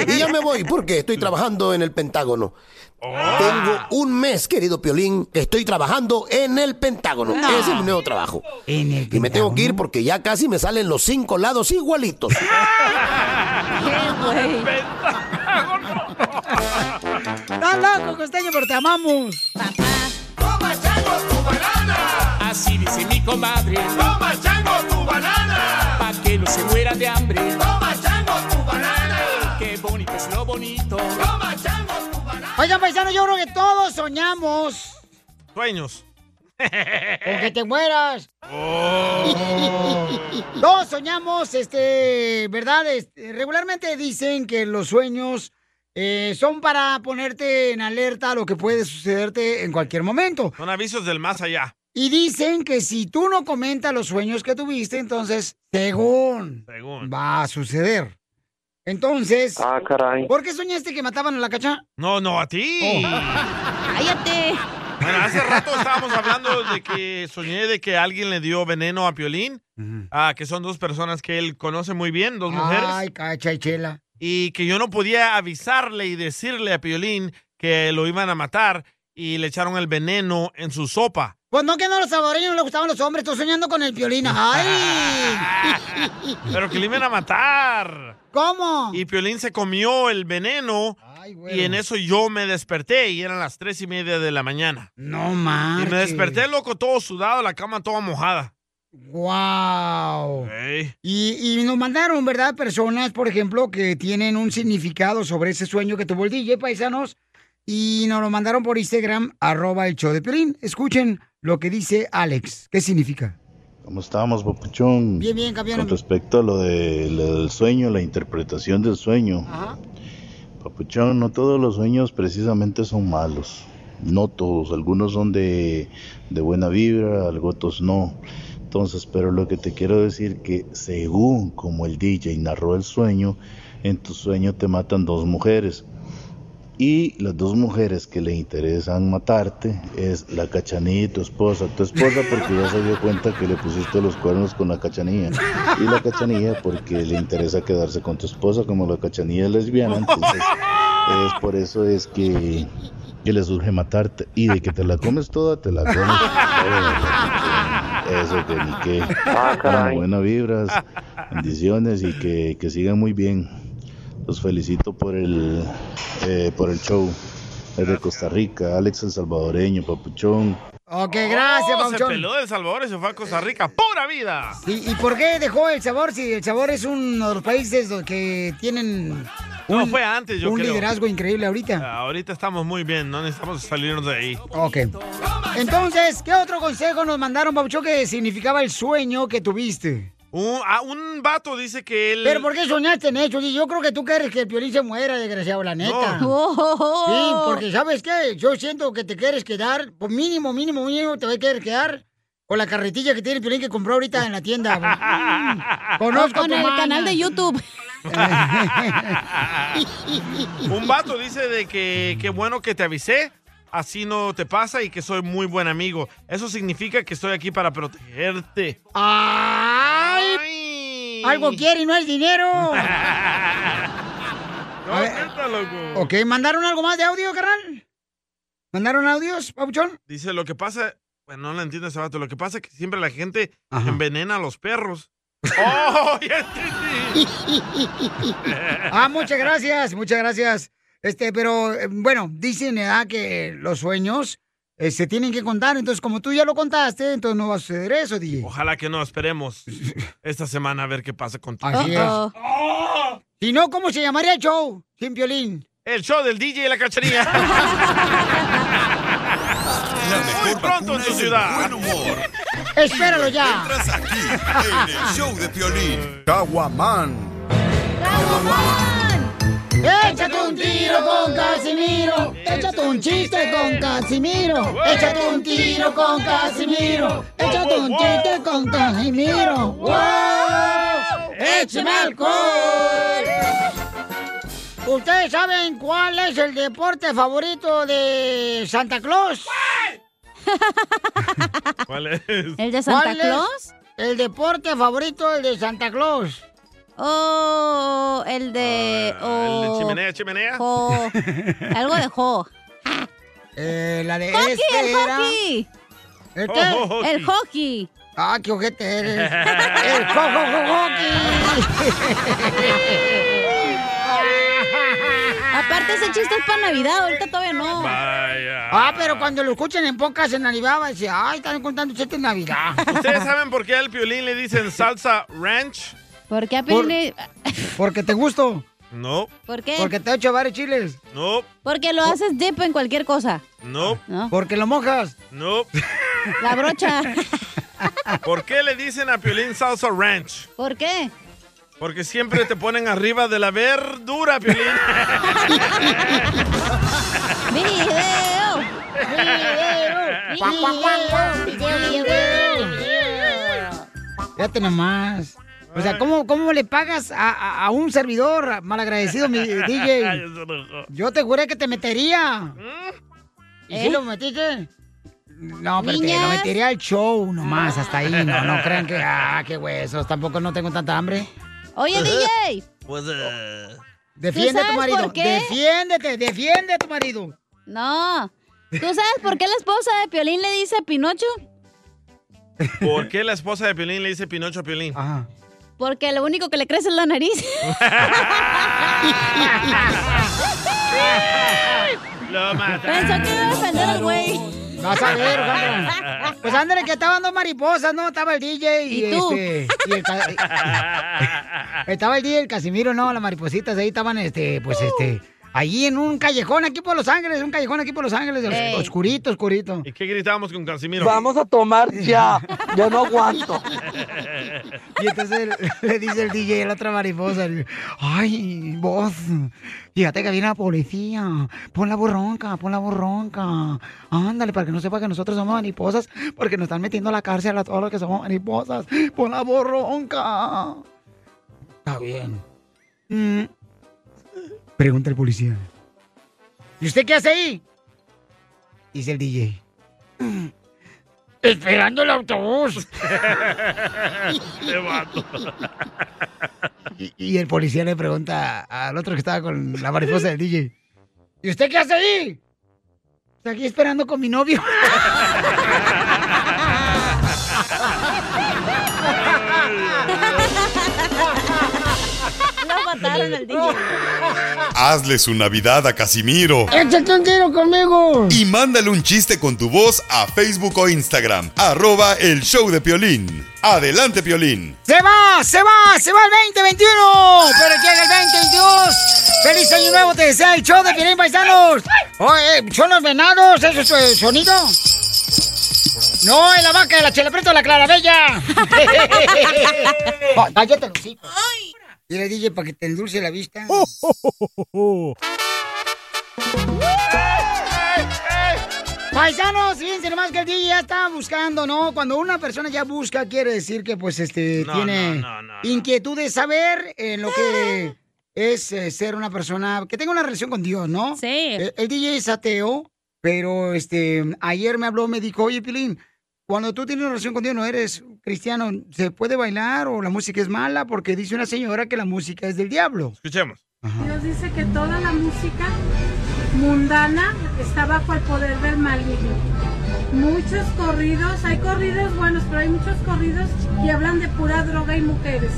y ya me voy porque estoy trabajando en el Pentágono. Tengo un mes, querido Piolín, que estoy trabajando en el Pentágono.
No.
Ese es mi nuevo trabajo. y me tengo que ir porque ya casi me salen los cinco lados igualitos.
Está loco, costeño, pero te amamos.
Así dice mi comadre. Toma chango tu banana. Pa' que no se muera de hambre. Toma chango tu banana. Qué bonito es lo bonito. Toma chango tu banana.
Oigan, paisano, yo creo que todos soñamos
Sueños.
con que te mueras. Todos soñamos, este, ¿verdad? Este, regularmente dicen que los sueños eh, son para ponerte en alerta a lo que puede sucederte en cualquier momento.
Son avisos del más allá.
Y dicen que si tú no comentas los sueños que tuviste, entonces, según,
Según.
va a suceder. Entonces,
Ah, caray.
¿por qué soñaste que mataban a la cacha?
No, no, a ti.
Cállate.
Bueno, hace rato estábamos hablando de que soñé de que alguien le dio veneno a Piolín. ah, que son dos personas que él conoce muy bien, dos mujeres.
Ay, cacha y chela.
y que yo no podía avisarle y decirle a Piolín que lo iban a matar y le echaron el veneno en su sopa.
Pues no que no a los saboreños no les gustaban los hombres, estoy soñando con el violín. ¡Ay!
Pero que le iban a matar.
¿Cómo?
Y Piolín se comió el veneno. Y en eso yo me desperté y eran las tres y media de la mañana.
No más.
Y me desperté loco, todo sudado, la cama toda mojada.
¡Wow! Y, y nos mandaron, ¿verdad? Personas, por ejemplo, que tienen un significado sobre ese sueño que tuvo el DJ, paisanos. Y nos lo mandaron por Instagram, arroba el show de Piolín. Escuchen lo que dice Alex. ¿Qué significa?
¿Cómo estábamos, Papuchón?
Bien, bien, campeón.
Con respecto a lo, de- lo del sueño, la interpretación del sueño. Papuchón, no todos los sueños precisamente son malos. No todos. Algunos son de, de buena vibra, algo otros no. Entonces, pero lo que te quiero decir que según como el DJ narró el sueño, en tu sueño te matan dos mujeres. Y las dos mujeres que le interesan matarte es la cachanilla y tu esposa. Tu esposa porque ya se dio cuenta que le pusiste los cuernos con la cachanilla. Y la cachanilla porque le interesa quedarse con tu esposa como la cachanilla es lesbiana. Entonces es por eso es que, que le surge matarte. Y de que te la comes toda, te la comes toda. Eso que ni qué. Bueno, buenas vibras, bendiciones y que, que sigan muy bien. Los felicito por el, eh, por el show. Desde Costa Rica, Alex el Salvadoreño, Papuchón.
Ok, gracias,
Oh, Se
Pauchón.
peló de El Salvador y se fue a Costa Rica. ¡Pura vida!
¿Y, y por qué dejó El Sabor si El Sabor es uno de los países do- que tienen
No,
un,
fue antes, yo
un
creo.
liderazgo increíble ahorita?
Ahorita estamos muy bien, no necesitamos salirnos de ahí.
Ok. Entonces, ¿qué otro consejo nos mandaron, Pauchón, que significaba el sueño que tuviste?
Un, ah, un vato dice que él...
¿Pero por qué soñaste en eso? Sí, Yo creo que tú quieres que el Piolín se muera, desgraciado, la neta.
Oh.
Sí, porque ¿sabes qué? Yo siento que te quieres quedar, por mínimo, mínimo, mínimo, te voy a querer quedar con la carretilla que tiene el Piolín que compró ahorita en la tienda. Conozco
O con
a tu
el
mana.
canal de YouTube.
Un vato dice de que qué bueno que te avisé, así no te pasa y que soy muy buen amigo. Eso significa que estoy aquí para protegerte.
¡Ay! Algo quiere y no es dinero.
No,
ver.
neta, loco.
ok, ¿mandaron algo más de audio, carnal? ¿Mandaron audios, Pabuchón?
Dice, lo que pasa, bueno, no la entiendo ese vato, lo que pasa es que siempre la gente envenena a los perros. ¡Oh, ya entendí!
ah, muchas gracias, muchas gracias. Este, pero eh, bueno, dicen ¿eh, que los sueños eh, se tienen que contar. Entonces, como tú ya lo contaste, entonces no va a suceder eso, DJ.
Ojalá que no, esperemos esta semana a ver qué pasa con todo.
Así es. Si no, ¿cómo se llamaría el show? Sin violín.
El show del DJ y la cacharilla. Muy pronto en tu ciudad.
Espéralo ya.
En el show de Piolín.
Caguaman.
Échate un tiro con Casimiro. Échate un chiste con Casimiro. Échate un tiro con Casimiro. Échate un chiste con Casimiro. ¡Wow! ¡Échame alcohol! ¿Ustedes saben cuál es el deporte favorito de Santa Claus?
¿Cuál es?
¿El de Santa
¿Cuál es
Claus?
El deporte favorito el de Santa Claus.
Oh, el de.
Ah, El de
oh,
chimenea, chimenea.
jo. Algo de jo.
Eh, la de
¡Hockey,
este
el
era-
hockey!
¿El qué?
Oh, hockey. El hockey.
Ah, qué ojete eres. el cojo
Aparte, ese chiste es para Navidad, ahorita todavía no.
Vaya.
Ah, pero cuando lo escuchen en pocas en Navidad, va a decir, ay, están contando chistes en Navidad.
¿Ustedes saben por qué al piolín le dicen salsa ranch?
¿Por qué a
Por-
Piolín le-
Porque te gusto.
No,
¿Por qué?
Porque te ha hecho varios chiles.
no,
Porque lo haces dip en cualquier cosa.
no,
Porque lo mojas.
no.
La brocha.
¿Por qué le dicen a piolín salsa ranch?
¿Por qué?
Porque siempre te ponen arriba de la verdura, piolín.
¡Video!
Cuac, cuac, cuac, Fíjate nomás. O sea, ¿cómo, cómo le pagas a, a- a un servidor malagradecido, mi DJ? Yo te juré que te metería. ¿Y si
¿Eh?
lo metiste? No, pero te lo
Niñas.
metería al show nomás, hasta ahí. No, no crean que, ah, qué huesos. Tampoco no tengo tanta hambre.
Oye, DJ.
Pues, eh,
Defiende a tu
sabes
marido.
por qué?
Defiéndete, defiende a tu marido.
No. ¿Tú sabes por qué la esposa de Piolín le dice Pinocho?
¿Por qué la esposa de piolín le dice pinocho a piolín?
Porque lo único que le crece es la nariz.
Lo
Pensó que iba a defender al güey.
Vas a ver, Sandra. Pues ándale, que estaban dos mariposas, ¿no? Estaba el DJ y,
¿Y tú?
este, y el ca- estaba el DJ, el Casimiro, no, las maripositas ahí estaban, este, pues este. Allí en un callejón aquí por Los Ángeles, un callejón aquí por Los Ángeles, os-
Ey.
oscurito, oscurito.
¿Y qué gritábamos con Casimiro?
Vamos a tomar ya. Yo no aguanto.
Y entonces le, le dice el DJ a la otra mariposa, el- ay, vos, fíjate que viene la policía, pon la borronca, pon la borronca, ándale, para que no sepa que nosotros somos mariposas, porque nos están metiendo a la cárcel a todos los que somos mariposas, pon la borronca. Está bien. Mm, Pregunta el policía. ¿Y usted qué hace ahí? Dice el DJ. Esperando el autobús.
Te mato.
Y, y el policía le pregunta al otro que estaba con la mariposa del DJ. ¿Y usted qué hace ahí? Estoy aquí esperando con mi novio.
Lo mataron al DJ.
Hazle su Navidad a Casimiro.
¡Échate un tiro conmigo!
Y mándale un chiste con tu voz a Facebook o Instagram. Arroba el show de Piolín. Adelante, Piolín.
¡Se va! ¡Se va! ¡Se va el 2021! ¡Pero llega el 2022! ¡Feliz año nuevo! ¡Te desea el show de Pirín Paisanos! Oye, ¿Son los venados? ¿Eso es eh, sonido? No, es la vaca de la chelepreta de la clarabella. Va- Cállate, Lucito. Dile, DJ, para que te endulce la vista. Paisanos, fíjense nomás que el DJ ya está buscando, ¿no? Cuando una persona ya busca, quiere decir que, pues, este,
No,
tiene
no, no, no, no.
inquietud de saber en lo que es eh, ser una persona que tenga una relación con Dios, ¿no? Sí. El, el DJ es ateo, pero, este, ayer me habló, me dijo, oye, Pilín, cuando tú tienes una relación con Dios, no eres cristiano, ¿se puede bailar o la música es mala? Porque dice una señora que la música es del diablo.
Escuchemos.
Dios dice que toda la música
mundana está bajo el poder del maligno. Muchos corridos, hay corridos buenos, pero hay muchos corridos que hablan de pura droga y mujeres.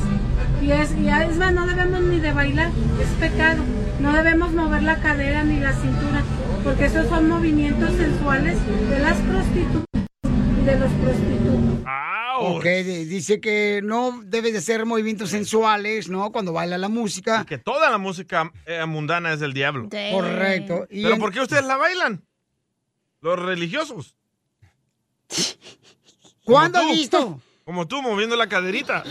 Y es, y es más, no debemos ni de bailar, es pecado. No debemos mover la cadera ni la cintura, porque esos son movimientos sensuales de las prostitutas y de los prostitutos.
Ok, di- dice que no debe de ser movimientos sensuales, ¿no? Cuando baila la música.
Que toda la música eh, mundana es del diablo.
Sí. Correcto. Y
¿Pero
en-
por qué ustedes la bailan? Los religiosos.
¿Cuándo
Como
has
tú.
visto?
Como tú, moviendo la caderita.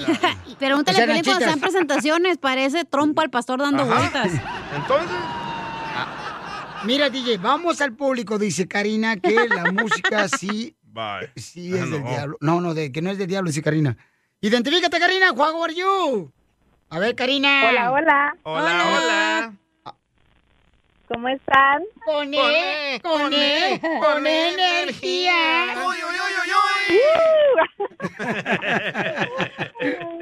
Pregúntale
O sea,
a Piolín cuando
nachitas.
sean presentaciones, parece trompo al pastor dando
Ajá.
vueltas.
Entonces. ah,
Mira, DJ, vamos al público, dice Karina, que la música sí,
Bye.
Eh, sí es del diablo. No, no, de, que no es del diablo, dice Karina. Identifícate, Karina, how are you? A ver, Karina.
Hola, hola.
Hola, hola.
¿Cómo están?
Con E, con E, con E energía.
Uy, uy,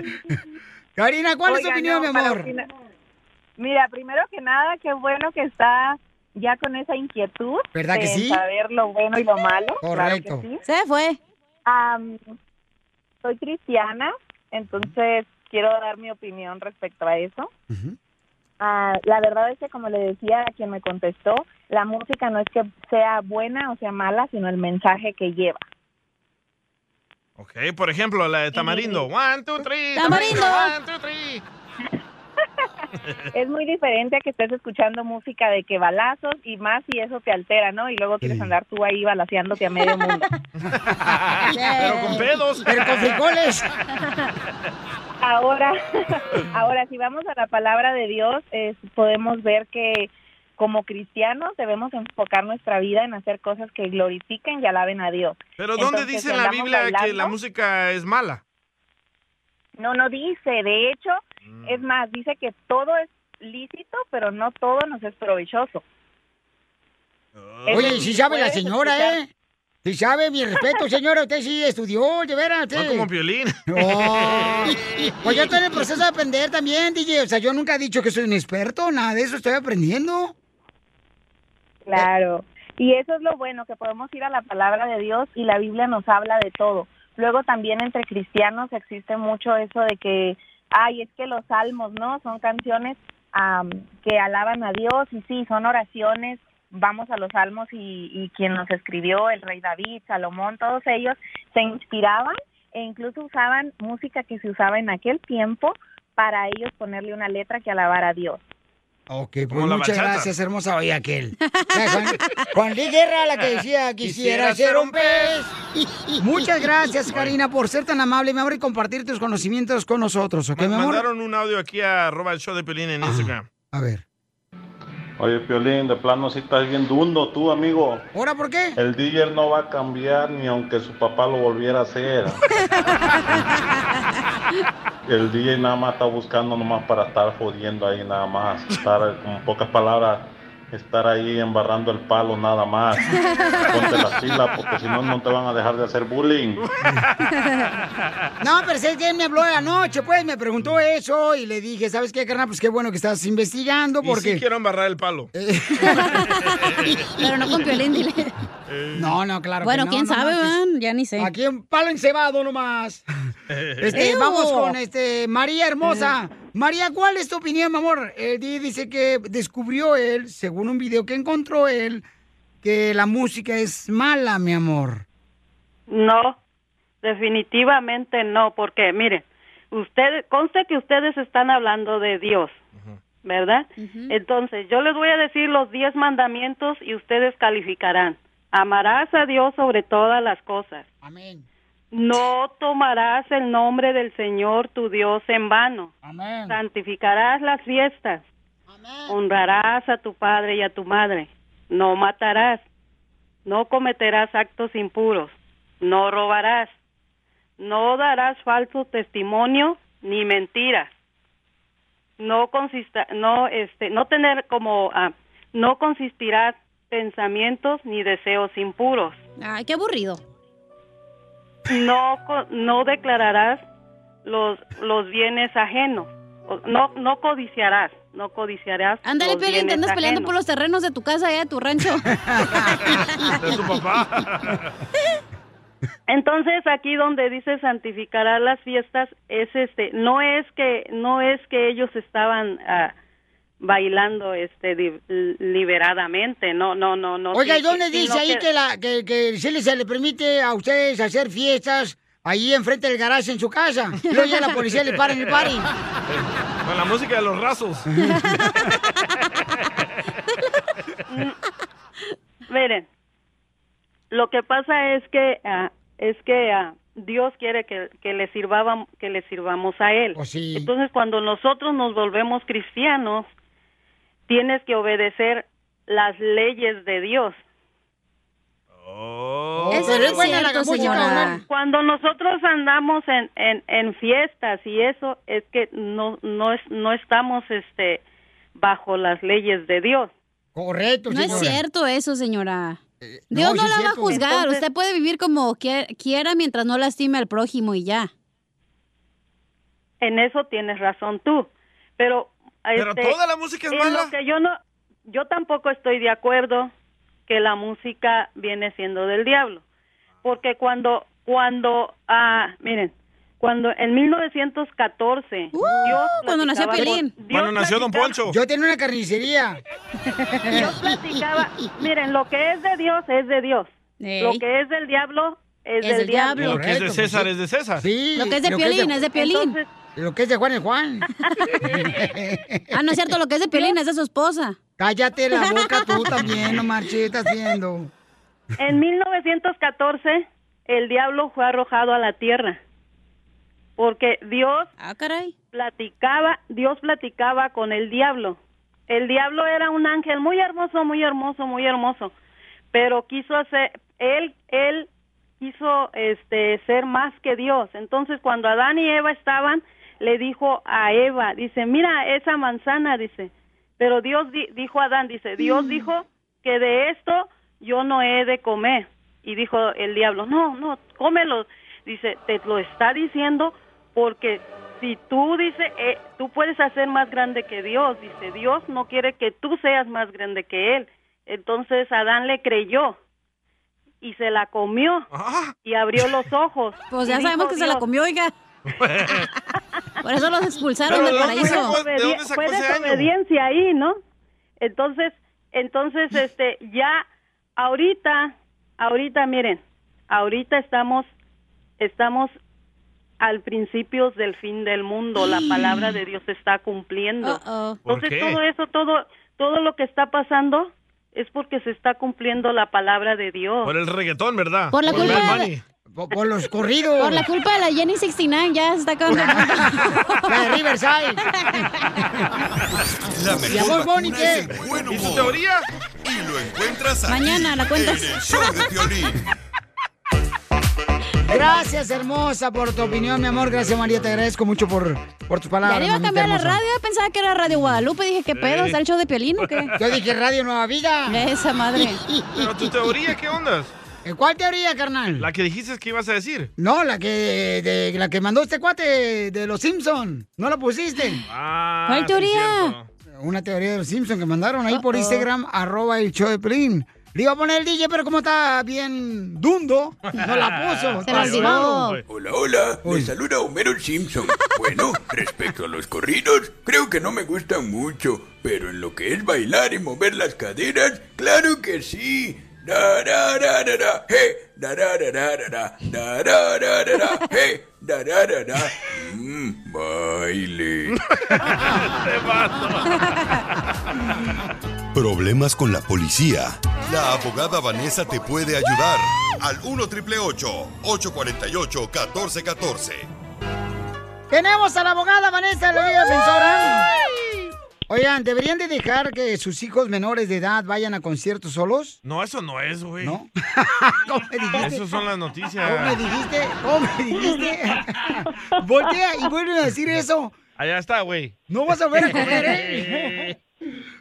Karina, ¿cuál es tu
Oiga,
opinión,
no,
mi
para
amor?
opinar- Mira, primero que nada, qué bueno que está ya con esa inquietud.
¿Verdad que
de
sí?
Saber lo bueno y lo malo.
Correcto.
Se fue. soy cristiana, entonces quiero dar mi opinión respecto a eso. Ah, la verdad es que, como le decía a quien me contestó, la música no es que sea buena o sea mala, sino el mensaje que lleva.
Ok, por ejemplo, la de Tamarindo. One, two, three.
Tamarindo.
One, two, three.
es muy diferente a que estés escuchando música de que balazos y más y eso te altera, ¿no? Y luego quieres andar tú ahí balaseándote a medio mundo.
Pero
Eh.
con pedos.
Pero con frijoles. Ahora, ahora si vamos a la palabra de Dios, es- podemos ver que como cristianos debemos enfocar nuestra vida en hacer cosas que glorifiquen y alaben a Dios.
Pero ¿dónde
Entonces,
dice
si
en la
andamos
Biblia que la
bailando-
música es mala?
no, no dice. De hecho,
Mm.
es más, dice que todo es lícito, pero no todo nos es provechoso.
Oye, si sabe la
Puedes
señora,
escuchar-
¿eh? Si sabe, mi respeto, señora, usted sí estudió, de veras.
No
usted.
como violín.
No. Pues yo estoy en el proceso de aprender también, DJ. O sea, yo nunca he dicho que soy un experto, nada de eso, estoy aprendiendo.
Claro. Y eso es lo bueno, que podemos ir a la palabra de Dios y la Biblia nos habla de todo. Luego también entre cristianos existe mucho eso de que, ay, es que los salmos, ¿no? Son canciones am, que alaban a Dios y sí, son oraciones. Vamos a los salmos y, y quien los escribió, el rey David, Salomón, todos ellos se inspiraban e incluso usaban música que se usaba en aquel tiempo para ellos ponerle una letra que alabara a Dios.
Ok, pues
Como la
muchas
bachata.
gracias, hermosa. Oye, aquel. O sea, Juan, Juan Luis Guerra, la que decía, quisiera, ser un pez. Muchas gracias, Karina, por ser tan amable, mi amor, y compartir tus conocimientos con nosotros, ¿ok, mi amor?
Mandaron un audio aquí a arroba el show de Piolín
Ah.
en Instagram.
A ver.
Oye, Piolín, de plano si estás bien dundo tú, amigo.
¿Ahora por qué?
El DJ no va a cambiar ni aunque su papá lo volviera a hacer. El DJ nada más está buscando nomás para estar jodiendo ahí nada más. Estar, con pocas palabras, estar ahí embarrando el palo nada más. Ponte la fila porque si no, no te van a dejar de hacer bullying.
No, pero sé que él me habló de la noche, pues, me preguntó eso y le dije, ¿sabes qué, carnal? Pues qué bueno que estás investigando
Y sí
porque...
quiero embarrar el palo.
Eh. Pero no con Piolín, dile.
Eh.
No, no, claro
Bueno,
que no,
quién
no
sabe,
manches.
van, ya ni sé.
Aquí un palo encebado nomás.
Eh.
Este,
Ew. Eh.
vamos con este María hermosa. María, ¿cuál es tu opinión, mi amor? El DJ dice que descubrió él, según un video que encontró él, que la música es mala, mi amor.
No, definitivamente no, porque miren, usted, conste que ustedes están hablando de Dios, ¿verdad? Entonces, yo les voy a decir los diez mandamientos y ustedes calificarán. Amarás a Dios sobre todas las cosas.
Amén.
No tomarás el nombre del Señor tu Dios en vano.
Amén.
Santificarás las fiestas. Honrarás a tu padre y a tu madre. No matarás. No cometerás actos impuros. No robarás. No darás falso testimonio ni mentiras. No consista, no este, no tener como ah, no consistirás pensamientos ni deseos impuros.
Ay, qué aburrido.
No co- no declararás los los bienes ajenos. O- No, no codiciarás, no codiciarás.
Ándale,
los
Piolín, te
bienes
andas peleando por
ajenos.
los terrenos de tu casa, allá de tu rancho.
De tu papá.
Entonces aquí donde dice santificará las fiestas es este no es que no es que ellos estaban ah, bailando este di- liberadamente no no no no
Oiga,
sí,
¿y dónde
sí,
dice
sino
ahí que, la, que, que se, les, se le permite a ustedes hacer fiestas ahí enfrente del garaje en su casa? Y Luego ya la policía le para en el party.
Con la música de los rasos.
Mm, miren lo que pasa es que ah, es que ah, Dios quiere que, que le sirvamos que le sirvamos a él
Oh,
entonces cuando nosotros nos volvemos cristianos tienes que obedecer las leyes de Dios
Oh,
Eso pero no es es buena la cierto, música, señora. ¿o no?
Cuando nosotros andamos en, en, en fiestas y eso es que no no es no estamos este bajo las leyes de Dios.
Correcto,
No es cierto eso, señora.
Eh,
no,
Dios no,
sí es
la va a
cierto.
juzgar.
Entonces-
Usted puede vivir como quie- quiera mientras no lastime al prójimo y ya.
En eso tienes razón tú. Pero
Pero
este,
toda la música es
en
mala.
lo que yo no yo tampoco estoy de acuerdo que la música viene siendo del diablo. Porque cuando cuando ah miren, cuando en 1914 Dios
cuando nació
platicaba con-
Pelín.
Dios platicaba-
Yo tenía una carnicería.
Yo platicaba, miren, lo que es de Dios es de Dios.
Ey.
Lo que es del diablo es,
Es
del
del
diablo.
Lo que es de
Correcto, pues,
César es de César.
Sí.
Lo que es de Piolín es de Piolín.
Lo que es de Juan es Juan.
Ah, no es cierto, lo que es de Piolín es de su esposa.
Cállate la boca tú también, no marches, ¿qué estás haciendo?
En 1914 el diablo fue arrojado a la tierra. Porque Dios platicaba, Dios platicaba con el diablo. El diablo era un ángel muy hermoso, muy hermoso, muy hermoso, pero quiso hacer él él quiso este ser más que Dios. Entonces, cuando Adán y Eva estaban, le dijo a Eva, dice, "Mira esa manzana", dice. Pero Dios di- dijo a Adán, dice, "Dios dijo que de esto yo no he de comer." Y dijo el diablo, "No, no, cómelo." Dice, "Te lo está diciendo porque si tú dice, eh, tú puedes hacer más grande que Dios, dice, Dios no quiere que tú seas más grande que él." Entonces Adán le creyó y se la comió y abrió los ojos.
Pues
Y
ya
dijo
sabemos que se la
Dios,
comió, oiga. Por eso los expulsaron del paraíso.
fue desobediencia ahí, ¿no? Entonces, entonces, este, ya ahorita, ahorita, miren, ahorita estamos, estamos al principio del fin del mundo. La palabra de Dios se está cumpliendo.
¿Por
Entonces,
qué?
todo eso, todo, todo lo que está pasando es porque se está cumpliendo la palabra de Dios.
Por el reggaetón, ¿verdad?
Por la
Bad
culpa
Bunny.
Por, por los corridos.
Por la culpa de la Jenny 69 ya se está acabando.
La de Riverside.
La
¿Y a
mejor
vos, Bonnie,
vacuna es
qué?
el buen
¿Y su
humor.
teoría?
Y lo encuentras aquí,
Mañana la cuentas.
En el show de Piolín.
Gracias, hermosa, por tu opinión, mi amor. Gracias, María. Te agradezco mucho por, por tus palabras.
Ya le iba a
mamita
cambiar la
hermosa.
radio, pensaba que era Radio Guadalupe. Dije, ¿qué pedo?
Sí.
¿Está el show de Piolín o qué?
Yo dije Radio Nueva Vida.
Esa madre.
Pero tu teoría, ¿qué onda?
¿Cuál teoría, carnal?
La que dijiste que ibas a decir.
No, la que, de, la que mandó este cuate de los Simpson. ¿No la pusiste?
¿Cuál sí, teoría?
Una teoría de los Simpson que mandaron ahí por Instagram, arroba el show de Pelín. Le iba a poner el DJ, pero como está bien dundo, no la puso.
Se
está
la olvidó.
animado.
Hola, hola, les saluda Homero Simpson. Bueno, respecto a los corridos, creo que no me gustan mucho, pero en lo que es bailar y mover las caderas, claro que sí. Da, da, da, da, da, he, da, da, da, da, da, da, da, da, da, da, da, he, da, da, da, da. Mm, baile.
Problemas con la policía. La abogada Vanessa te puede ayudar. Al 1 triple 848 1414.
Tenemos a la abogada Vanessa, la vida defensora. Oigan, ¿deberían de dejar que sus hijos menores de edad vayan a conciertos solos?
No, eso no es, güey.
¿No? ¿Cómo me dijiste?
Esas son las noticias.
¿Cómo me dijiste? ¿Cómo me dijiste? Voltea y vuelve a decir eso.
Allá está, güey.
No vas a ver a comer, ¿eh?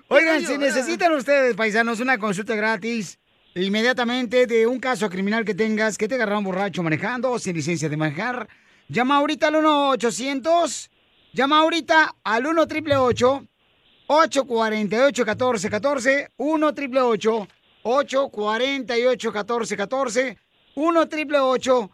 Oigan, si necesitan ustedes, paisanos, una consulta gratis inmediatamente de un caso criminal que tengas, que te agarraron borracho manejando o sin licencia de manejar, llama ahorita al 1 800 Llama ahorita al 1 triple 848 1414 1 triple 848 1414 1 triple 848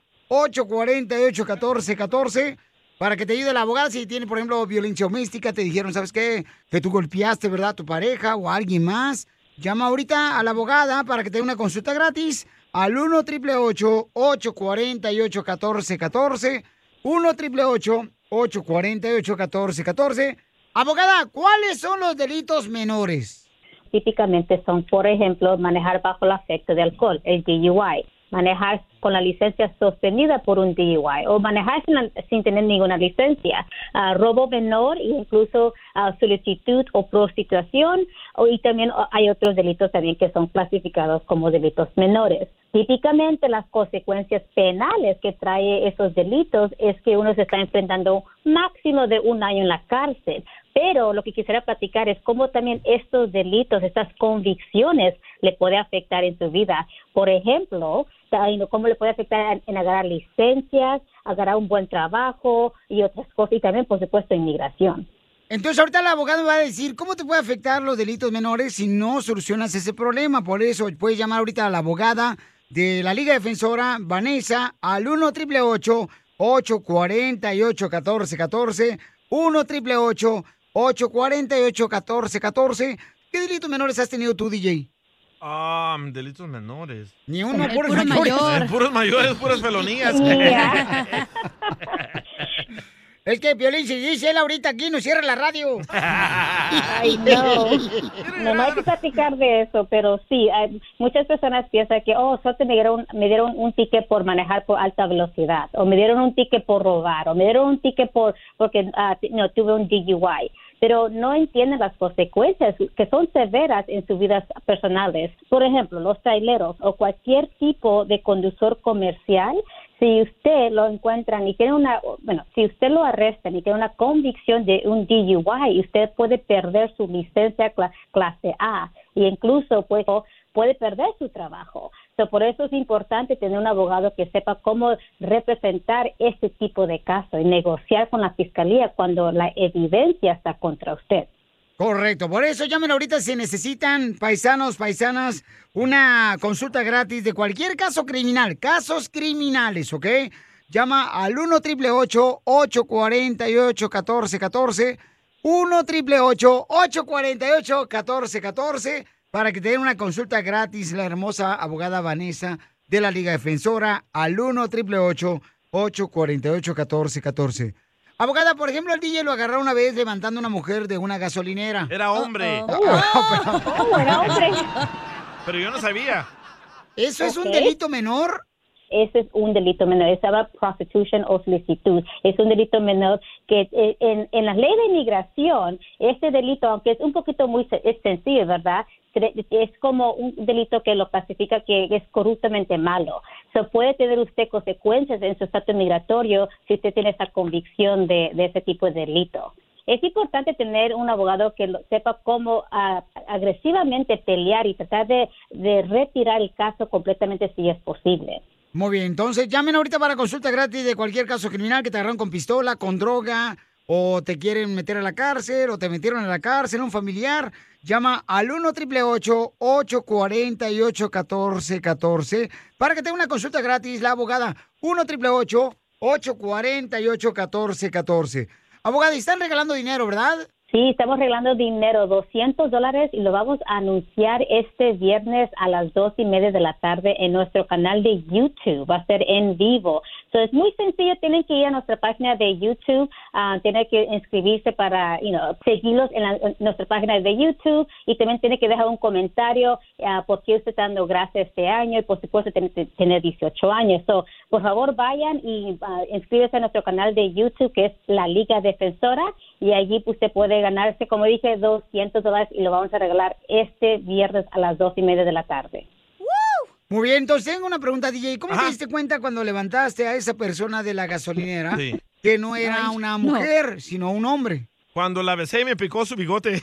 1414 para que te ayude la abogada si tiene, por ejemplo, violencia doméstica, te dijeron, ¿sabes qué? Que tú golpeaste, ¿verdad? A tu pareja o a alguien más. Llama ahorita a la abogada para que te dé una consulta gratis al 1 triple 848 1414 1 triple 848 1414 Abogada, ¿cuáles son los delitos menores?
Típicamente son, por ejemplo, manejar bajo el afecto de alcohol, el DUI, manejar con la licencia sostenida por un DUI o manejar sin, sin tener ninguna licencia, ah, robo menor e incluso ah, solicitud o prostitución o- y también ah, hay otros delitos también que son clasificados como delitos menores. Típicamente las consecuencias penales que trae esos delitos es que uno se está enfrentando máximo de un año en la cárcel. Pero lo que quisiera platicar es cómo también estos delitos, estas convicciones, le puede afectar en su vida. Por ejemplo, ta- y no- cómo le puede afectar en- en agarrar licencias, agarrar un buen trabajo y otras cosas, y también, por supuesto, inmigración.
Entonces ahorita la abogada va a decir cómo te puede afectar los delitos menores si no solucionas ese problema. Por eso puedes llamar ahorita a la abogada de la Liga Defensora, Vanessa, al 1 triple 848 1414 1 triple 848 1414 ¿Qué delitos menores has tenido tú, DJ?
Ah, delitos menores.
Ni uno,
por
puros Puro mayores. mayor.
Puros mayores, puras felonías.
Ya. Es que Piolín, si dice él ahorita aquí, no cierra la radio.
Ay, no. No hay que platicar de eso, pero sí, hay- muchas personas piensan que, oh, solo me dieron, me dieron un ticket por manejar por alta velocidad, o me dieron un ticket por robar, o me dieron un ticket por porque ah, t- no tuve un DUI. Pero no entienden las consecuencias que son severas en sus vidas personales. Por ejemplo, los traileros o cualquier tipo de conductor comercial si usted lo encuentran y tiene una, bueno, si usted lo arrestan y tiene una convicción de un DUI, usted puede perder su licencia cla- clase A y incluso puede, puede perder su trabajo. So, por eso es importante tener un abogado que sepa cómo representar este tipo de caso y negociar con la fiscalía cuando la evidencia está contra usted.
Correcto, por eso llamen ahorita si necesitan, paisanos, paisanas, una consulta gratis de cualquier caso criminal, casos criminales, ¿ok? Llama al 1 888 848 1414 1 888 848 1414 para que te den una consulta gratis la hermosa abogada Vanessa de la Liga Defensora al 1 888 848 1414 Abogada, por ejemplo, al DJ lo agarraron una vez levantando una mujer de una gasolinera.
Era hombre. Pero yo no sabía.
¿Eso es un
Ok.
delito menor?
Ese es un delito menor. Esa va prostitution o solicitud. Es un delito menor que eh, en, en la ley de inmigración, este delito, aunque es un poquito muy se- es sencillo, ¿verdad? Cre- Es como un delito que lo clasifica que es corruptamente malo. So, puede tener usted consecuencias en su estatus migratorio si usted tiene esa convicción de, de ese tipo de delito. Es importante tener un abogado que lo- sepa cómo ah, agresivamente pelear y tratar de- de retirar el caso completamente si es posible.
Muy bien, entonces llamen ahorita para consulta gratis de cualquier caso criminal que te agarraron con pistola, con droga, o te quieren meter a la cárcel, o te metieron a la cárcel, un familiar. Llama al 1 888 848 1414 para que tenga una consulta gratis la abogada. 1 888 848 1414 Abogada, y están regalando dinero, ¿verdad?
Sí, estamos regalando dinero, 200 dólares, y lo vamos a anunciar este viernes a las dos y media de la tarde en nuestro canal de YouTube. Va a ser en vivo. So, es muy sencillo, tienen que ir a nuestra página de YouTube, ah, tienen que inscribirse para you know, seguirlos en, la- en nuestra página de YouTube y también tienen que dejar un comentario ah, por qué usted está dando gracias este año y por supuesto tiene que tener 18 años. So, por favor, vayan y ah, inscríbese a nuestro canal de YouTube que es la Liga Defensora y allí usted puede ganarse, como dije, 200 dólares y lo vamos a regalar este viernes a las dos y media de la tarde.
Muy bien, entonces tengo una pregunta, DJ. ¿Cómo te diste cuenta cuando levantaste a esa persona de la gasolinera
Sí.
que no era
Ay,
una
no.
mujer, sino un hombre?
Cuando la besé me picó su bigote.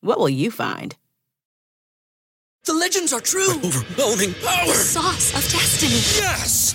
What will you find?
The legends are true.
Overwhelming power!
The sauce of destiny.
Yes!